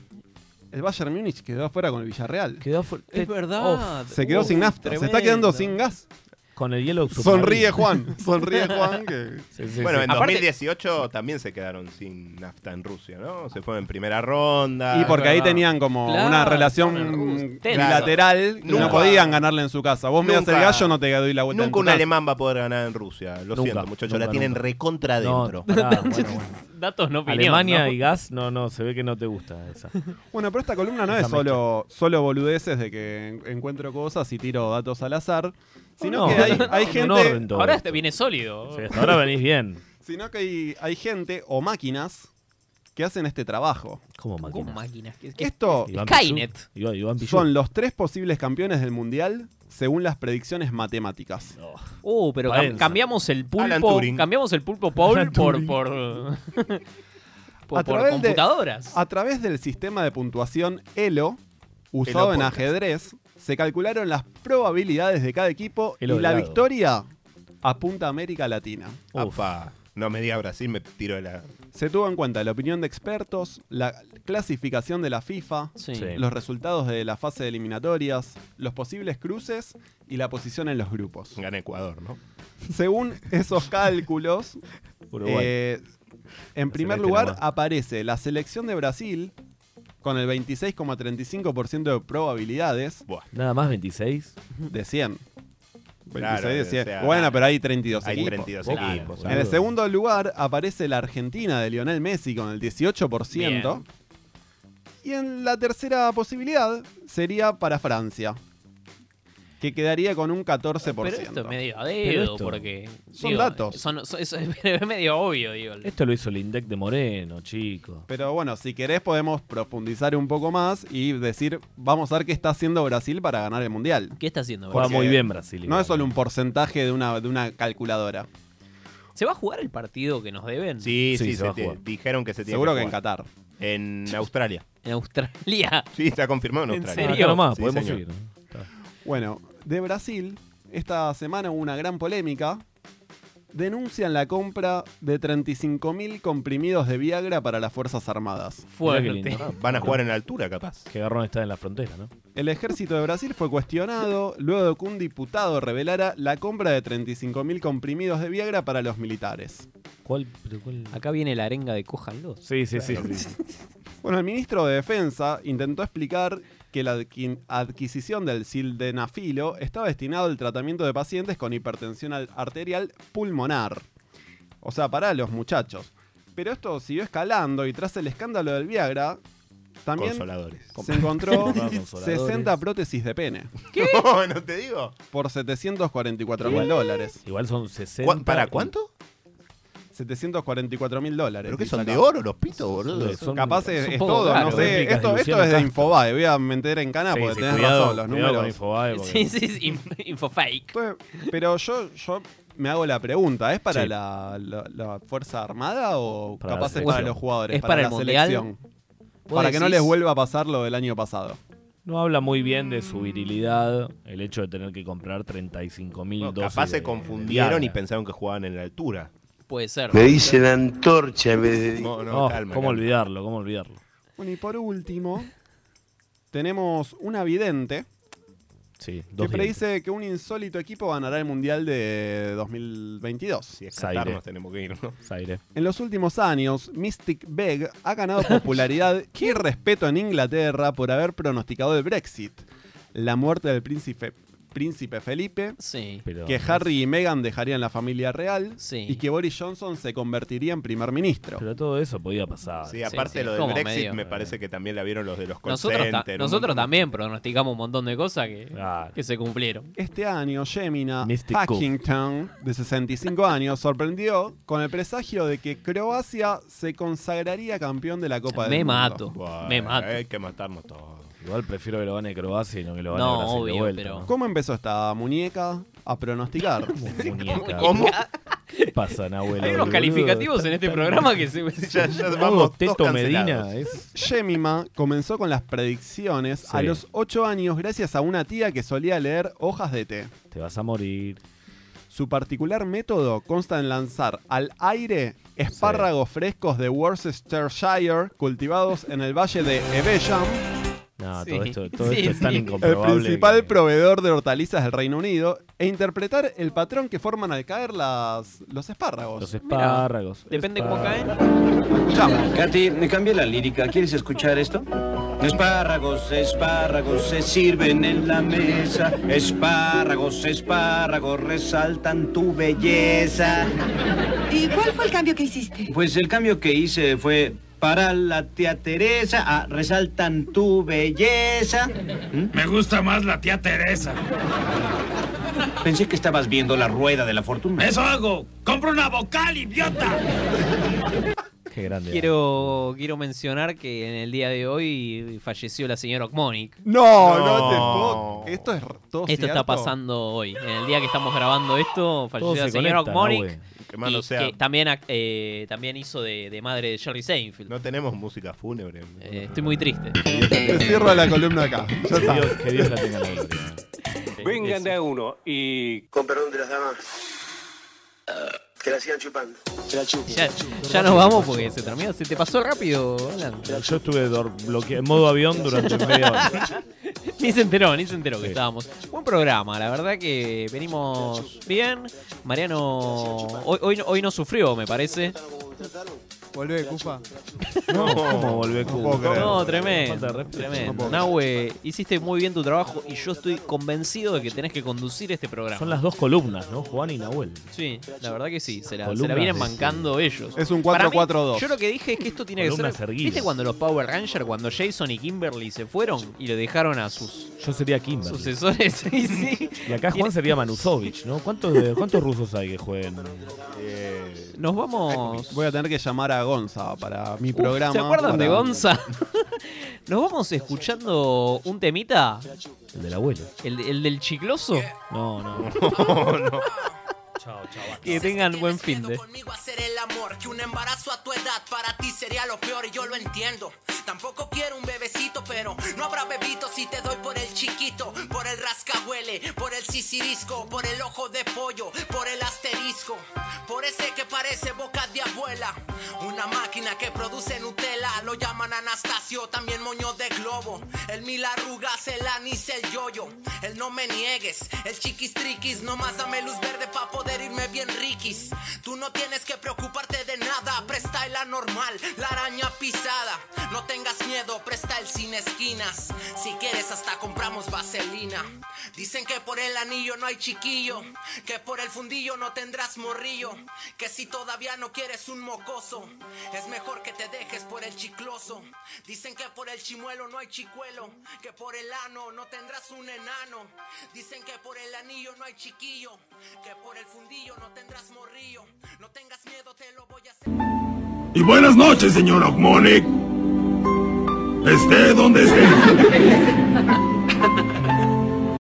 Speaker 4: El Bayern Múnich quedó afuera con el Villarreal.
Speaker 3: Quedó
Speaker 2: Es verdad. Uh,
Speaker 4: Se quedó sin nafta. Se está quedando sin gas.
Speaker 3: Con el hielo submarino.
Speaker 4: Sonríe Juan. Sonríe Juan. que-
Speaker 1: bueno, en
Speaker 4: Aparte-
Speaker 1: 2018 también se quedaron sin nafta en Rusia, ¿no? Se fueron en primera ronda.
Speaker 4: Y porque ahí tenían como una relación bilateral. que No podían ganarle en su casa. Vos me das el
Speaker 1: Nunca-
Speaker 4: gallo, no te doy la vuelta. en
Speaker 1: Nunca
Speaker 4: tu
Speaker 1: un
Speaker 4: casa.
Speaker 1: alemán va a poder ganar en Rusia. Lo
Speaker 4: Nunca,
Speaker 1: siento, muchachos.
Speaker 4: nunca,
Speaker 1: La tienen
Speaker 4: nunca.
Speaker 1: recontra adentro.
Speaker 3: No, pará, bueno, bueno.
Speaker 2: Datos no opinión.
Speaker 3: Alemania
Speaker 2: ¿no?
Speaker 3: y gas, no, no, se ve que no te gusta
Speaker 2: (laughs)
Speaker 3: esa.
Speaker 4: Bueno, pero esta columna no
Speaker 3: Esa
Speaker 4: es solo, solo boludeces de que en- encuentro cosas y tiro datos al azar, sino
Speaker 3: No,
Speaker 4: que hay,
Speaker 3: no,
Speaker 4: hay
Speaker 3: no,
Speaker 4: gente...
Speaker 3: no orden todo
Speaker 2: Ahora este viene sólido.
Speaker 3: Sí, hasta ahora venís bien.
Speaker 4: Sino que hay, hay gente o máquinas que hacen este trabajo.
Speaker 3: ¿Cómo máquinas?
Speaker 2: Como máquinas. ¿Qué- qué-
Speaker 4: Esto
Speaker 3: Iván Pichú. Iván- Iván Pichú.
Speaker 4: son los tres posibles campeones del mundial según las predicciones matemáticas.
Speaker 2: Uh, pero cam-
Speaker 4: Paenza.
Speaker 2: cambiamos el
Speaker 4: Alan
Speaker 2: pulpo.
Speaker 4: Turing.
Speaker 2: Cambiamos el pulpo Paul
Speaker 4: Alan
Speaker 2: por.
Speaker 4: Turing. (laughs)
Speaker 2: por, por,
Speaker 4: A
Speaker 2: por
Speaker 4: través de-
Speaker 2: computadoras.
Speaker 4: a través del sistema de puntuación ELO, usado
Speaker 2: Elo
Speaker 4: en
Speaker 2: Podcast.
Speaker 4: ajedrez, se calcularon las probabilidades de cada equipo
Speaker 1: Elo
Speaker 4: y la
Speaker 1: helado.
Speaker 4: victoria apunta a América Latina.
Speaker 1: Apa, no me diga Brasil, me tiro de la.
Speaker 4: Se tuvo en cuenta la opinión de expertos, la clasificación de la FIFA,
Speaker 2: Sí.
Speaker 4: los resultados de la fase de eliminatorias, los posibles cruces y la posición en los grupos.
Speaker 1: Gana Ecuador, ¿no?
Speaker 4: Según esos cálculos,
Speaker 1: Uruguay.
Speaker 4: eh, en primer
Speaker 1: mete
Speaker 4: lugar
Speaker 1: nomás.
Speaker 4: aparece la selección de Brasil con el 26,35% de probabilidades.
Speaker 3: Nada más 26.
Speaker 4: De 100. 26 de
Speaker 3: o
Speaker 4: 100.
Speaker 3: sea,
Speaker 4: bueno, pero hay 32
Speaker 1: hay
Speaker 4: equipos.
Speaker 1: 32
Speaker 4: Claro,
Speaker 1: equipos,
Speaker 4: En el
Speaker 1: boludo.
Speaker 4: segundo lugar aparece la Argentina de Lionel Messi con el 18%. Y en la tercera posibilidad sería para Francia. Que quedaría con un 14%.
Speaker 2: Pero esto es medio a
Speaker 4: Pero
Speaker 2: dedo,
Speaker 4: esto-
Speaker 2: porque.
Speaker 4: son
Speaker 2: digo,
Speaker 4: datos.
Speaker 2: son- (laughs) son- eso es, es medio obvio, digo.
Speaker 3: Esto lo hizo el INDEC de Moreno, chico.
Speaker 4: Pero bueno, si querés podemos profundizar un poco más y decir, vamos a ver qué está haciendo Brasil para ganar el Mundial.
Speaker 2: ¿Qué está haciendo
Speaker 3: Juega
Speaker 4: Porque
Speaker 3: muy bien Brasil,
Speaker 4: No
Speaker 3: igual.
Speaker 4: es solo un porcentaje de una, de una calculadora.
Speaker 2: ¿Se va a jugar el partido que nos deben?
Speaker 1: Sí, sí, se te- dijeron que se tiene
Speaker 4: Seguro que en
Speaker 1: jugar.
Speaker 4: Qatar.
Speaker 1: En Australia.
Speaker 2: En Australia.
Speaker 1: Sí, está confirmado en
Speaker 2: ¿En
Speaker 1: Australia.
Speaker 2: serio? Acá nomás,
Speaker 1: Sí,
Speaker 2: podemos
Speaker 1: señor.
Speaker 2: ir.
Speaker 4: Bueno, de Brasil, esta semana hubo una gran polémica. Denuncian la compra de 35.000 comprimidos de Viagra para las Fuerzas Armadas.
Speaker 1: Van a jugar en altura, capaz.
Speaker 3: Que garrón está en la frontera, ¿no?
Speaker 4: El ejército de Brasil fue cuestionado luego de que un diputado revelara la compra de 35.000 comprimidos de Viagra para los militares.
Speaker 3: ¿Cuál?
Speaker 2: Acá viene la arenga de Cójanlo.
Speaker 3: Sí, sí, sí.
Speaker 4: Claro. (laughs) Bueno, el ministro de Defensa intentó explicar que la adqui- adquisición del sildenafilo estaba destinado al tratamiento de pacientes con hipertensión al- arterial pulmonar. O sea, para los muchachos. Pero esto siguió escalando y tras el escándalo del Viagra, también
Speaker 1: Consoladores.
Speaker 4: se encontró
Speaker 1: Consoladores.
Speaker 4: 60 prótesis de pene.
Speaker 1: ¿Qué? (laughs) No, no te digo.
Speaker 4: Por 744 mil
Speaker 1: ¿Qué?
Speaker 4: dólares.
Speaker 3: Igual son 60.
Speaker 1: ¿Cuán- para cuánto?
Speaker 4: 744 mil dólares.
Speaker 1: ¿Pero qué
Speaker 4: dice
Speaker 1: son de
Speaker 4: acá.
Speaker 1: oro los pitos, boludo?
Speaker 4: Son- Capaz es, es todo, no sé.
Speaker 1: réplicas
Speaker 4: Esto,
Speaker 1: de
Speaker 4: esto
Speaker 1: Luciano
Speaker 4: es de
Speaker 1: Castro.
Speaker 4: Infobae, voy a meter en cana Ah,
Speaker 3: Sí,
Speaker 4: porque
Speaker 3: sí,
Speaker 4: tenés
Speaker 3: cuidado-
Speaker 4: razón los
Speaker 3: cuidado
Speaker 4: números.
Speaker 3: con
Speaker 2: (laughs)
Speaker 3: Infobae, porque-
Speaker 2: Sí, sí, sí, inf- infofake.
Speaker 4: Pues, Pero yo, yo me hago la pregunta, ¿es para
Speaker 2: Sí.
Speaker 4: la, la- la Fuerza Armada o
Speaker 3: Para la
Speaker 4: capaz es para
Speaker 3: selección.
Speaker 4: los jugadores?
Speaker 3: ¿Es para
Speaker 4: la
Speaker 3: el Mundial?
Speaker 4: selección.
Speaker 3: ¿Vos
Speaker 4: (laughs) Para que no les
Speaker 3: decís?
Speaker 4: vuelva a pasar lo del año pasado.
Speaker 3: No habla muy bien de su virilidad el hecho de tener que comprar 35 mil
Speaker 1: No,
Speaker 3: dosis.
Speaker 1: capaz se
Speaker 3: de- de
Speaker 1: confundieron
Speaker 3: Viagra.
Speaker 1: y pensaron que jugaban en la altura.
Speaker 2: Puede ser.
Speaker 1: Me
Speaker 15: dicen antorcha en vez de.
Speaker 1: No, no,
Speaker 3: No,
Speaker 1: calma.
Speaker 3: Oh, ¿Cómo
Speaker 1: calma.
Speaker 3: olvidarlo? ¿Cómo olvidarlo?
Speaker 4: Bueno, y por último, tenemos una vidente
Speaker 3: Sí,
Speaker 4: que
Speaker 3: dos dientes.
Speaker 4: predice que un insólito equipo ganará el Mundial de 2022.
Speaker 1: Qatar nos tenemos que ir, ¿no?
Speaker 3: Zaire.
Speaker 4: En los últimos años, Mystic Beg ha
Speaker 3: (laughs)
Speaker 4: ganado popularidad y respeto en Inglaterra por haber pronosticado el Brexit, la muerte del príncipe, príncipe Felipe,
Speaker 3: Pero-
Speaker 4: que Harry y Meghan dejarían la familia real
Speaker 2: Sí.
Speaker 4: y que Boris Johnson se convertiría en primer ministro.
Speaker 3: Pero todo eso podía pasar.
Speaker 1: Sí, aparte lo del
Speaker 2: como
Speaker 1: Brexit,
Speaker 2: medio-
Speaker 1: me parece que también la vieron los de los call
Speaker 2: Nosotros, ta-
Speaker 1: center, un
Speaker 2: nosotros
Speaker 1: montón de-
Speaker 2: también pronosticamos un montón de cosas que, que se cumplieron.
Speaker 4: Este año, Gemina
Speaker 2: Mystic
Speaker 4: Packington, de
Speaker 2: (laughs)
Speaker 4: 65 años, sorprendió con el presagio de que Croacia se consagraría campeón de la Copa del
Speaker 2: Me
Speaker 4: Mundo.
Speaker 2: mato, me mato.
Speaker 1: Hay que matarnos todos.
Speaker 3: Igual prefiero que lo gane Croacia y no que lo gane
Speaker 2: No,
Speaker 3: Brasil de
Speaker 2: obvio,
Speaker 3: vuelta.
Speaker 2: pero-
Speaker 1: (laughs)
Speaker 3: ¿no?
Speaker 4: ¿Cómo empezó esta muñeca a
Speaker 3: (laughs)
Speaker 4: pronosticar?
Speaker 3: Muñeca. ¿Cómo? ¿Qué pasa, Nahuel?
Speaker 2: Hay unos
Speaker 3: boludo?
Speaker 2: calificativos en este
Speaker 3: Tan-
Speaker 2: programa que se...
Speaker 1: (laughs) Ya- ya vamos todos
Speaker 3: Teto
Speaker 1: cancelados.
Speaker 3: Medina es
Speaker 4: Yemima comenzó con las predicciones a
Speaker 3: Sí.
Speaker 4: los 8 años gracias a una tía que solía leer hojas de té.
Speaker 3: te vas a morir.
Speaker 4: Su particular método consta en lanzar al aire espárragos frescos de Worcestershire cultivados en el valle de Evesham.
Speaker 3: No,
Speaker 4: Sí.
Speaker 3: todo esto, todo
Speaker 4: Sí,
Speaker 3: esto es tan
Speaker 4: sí.
Speaker 3: incomprobable.
Speaker 4: El principal proveedor de hortalizas del Reino Unido e interpretar el patrón que forman al caer las, los espárragos.
Speaker 3: Los espárragos.
Speaker 4: Depende
Speaker 3: cómo
Speaker 4: caen.
Speaker 8: Katy, me cambié la lírica. ¿Quieres escuchar esto? Espárragos, espárragos se sirven en la mesa. Espárragos, espárragos resaltan tu belleza.
Speaker 9: ¿Y cuál fue el cambio que hiciste?
Speaker 8: Pues el cambio que hice fue para la tía Teresa a resaltan tu belleza. ¿Mm? Me gusta más la tía Teresa. Pensé que estabas viendo la rueda de la fortuna. Eso hago. Compro una vocal, idiota.
Speaker 3: Qué grande.
Speaker 2: Quiero, quiero mencionar que en el día de hoy falleció la señora Okmonik.
Speaker 4: No, no, te puedo- Esto es todo
Speaker 2: Esto
Speaker 4: cierto.
Speaker 2: está pasando hoy. En el día que estamos grabando esto, falleció
Speaker 3: Todo
Speaker 2: la
Speaker 3: se
Speaker 2: señora
Speaker 3: conecta,
Speaker 2: Okmonik.
Speaker 3: eh.
Speaker 1: Nahue. Que malo
Speaker 2: y
Speaker 1: sea.
Speaker 2: que también, ac- eh, también hizo de, de madre de Jerry Seinfeld. Eh,
Speaker 1: No tenemos música fúnebre.
Speaker 2: estoy
Speaker 1: (laughs)
Speaker 2: muy triste.
Speaker 4: Te cierro la columna
Speaker 3: (laughs)
Speaker 4: acá. Ya está.
Speaker 3: Que Dios- que Dios la tenga en la gloria.
Speaker 2: eh,
Speaker 8: Vengan de a uno y.
Speaker 15: Con perdón de las damas.
Speaker 18: Que la sigan chupando. Que la chupen.
Speaker 2: Ya, ya nos vamos porque se terminó. Se te pasó rápido,
Speaker 3: (laughs)
Speaker 2: Alan.
Speaker 3: Yo estuve dor- bloque- en modo avión (laughs) durante media hora.
Speaker 2: Ni se enteró, ni se enteró que
Speaker 3: Sí.
Speaker 2: estábamos. Buen programa, la verdad que venimos bien. Mariano hoy, hoy, no- hoy no sufrió, me parece.
Speaker 11: Volvé, Cufa.
Speaker 3: No, ¿cómo volvé, Cufa?
Speaker 2: No,
Speaker 3: puedo creer. Falta de
Speaker 2: tremendo.
Speaker 3: respeto. No
Speaker 2: tremendo.
Speaker 3: puedo
Speaker 2: Nahue, hiciste muy bien tu trabajo y yo estoy convencido de que tenés que conducir este programa.
Speaker 3: Son las dos columnas, ¿no? Juan y Nahuel.
Speaker 2: Sí, la verdad que sí, se la, se la
Speaker 3: Columnas
Speaker 2: vienen
Speaker 3: de-
Speaker 2: bancando ellos.
Speaker 3: Es un
Speaker 2: Para mí,
Speaker 3: 4-4-2.
Speaker 2: Yo lo que dije es que esto tiene que
Speaker 3: Columnas
Speaker 2: ser.
Speaker 3: erguidas.
Speaker 2: ¿Viste cuando los Power Rangers, cuando Jason y Kimberly se fueron y lo dejaron a sus
Speaker 3: Yo sería Kimberly.
Speaker 2: sucesores? (laughs) Y sí.
Speaker 3: Y acá Juan
Speaker 2: Tiene-
Speaker 3: sería Manuzovich, ¿no? ¿Cuántos, ¿Cuántos rusos hay que jueguen?
Speaker 2: Nos vamos.
Speaker 4: Voy a tener que llamar a Gonza para mi
Speaker 2: Uf,
Speaker 4: programa.
Speaker 2: ¿Se acuerdan de
Speaker 4: para-
Speaker 2: Gonza? (laughs) Nos vamos escuchando un temita.
Speaker 3: El del abuelo.
Speaker 2: ¿El, el del chicloso? (laughs)
Speaker 3: No, no.
Speaker 2: no.
Speaker 3: Chao, chao.
Speaker 2: Que
Speaker 6: Este
Speaker 2: tengan buen fin de.
Speaker 6: conmigo hacer el amor Que un embarazo a tu edad para ti sería lo peor y yo lo entiendo Tampoco quiero un bebecito pero no habrá bebito si te doy por el chiquito Por el rascahuele, por el sisirisco, por el ojo de pollo, por el asterisco Por ese que parece boca de abuela Una máquina que produce Nutella, lo llaman Anastasio, también moño de globo El mil arrugas, el anís, el yoyo, el no me niegues, el chiquis triquis Nomás dame luz verde pa' poder irme bien riquis Tú no tienes que preocuparte de nada, presta el anormal, la araña pisada. No tengas miedo, presta el sin esquinas. Si quieres, hasta compramos vaselina. Dicen que por el anillo no hay chiquillo, que por el fundillo no tendrás morrillo. Que si todavía no quieres un mocoso, es mejor que te dejes por el chicloso. Dicen que por el chimuelo no hay chicuelo, que por el ano no tendrás un enano. Dicen que por el anillo no hay chiquillo, que por el fundillo no tendrás morrillo. No tengas miedo, te lo voy a hacer.
Speaker 7: Y buenas noches, señor Ogmonic. Esté donde esté.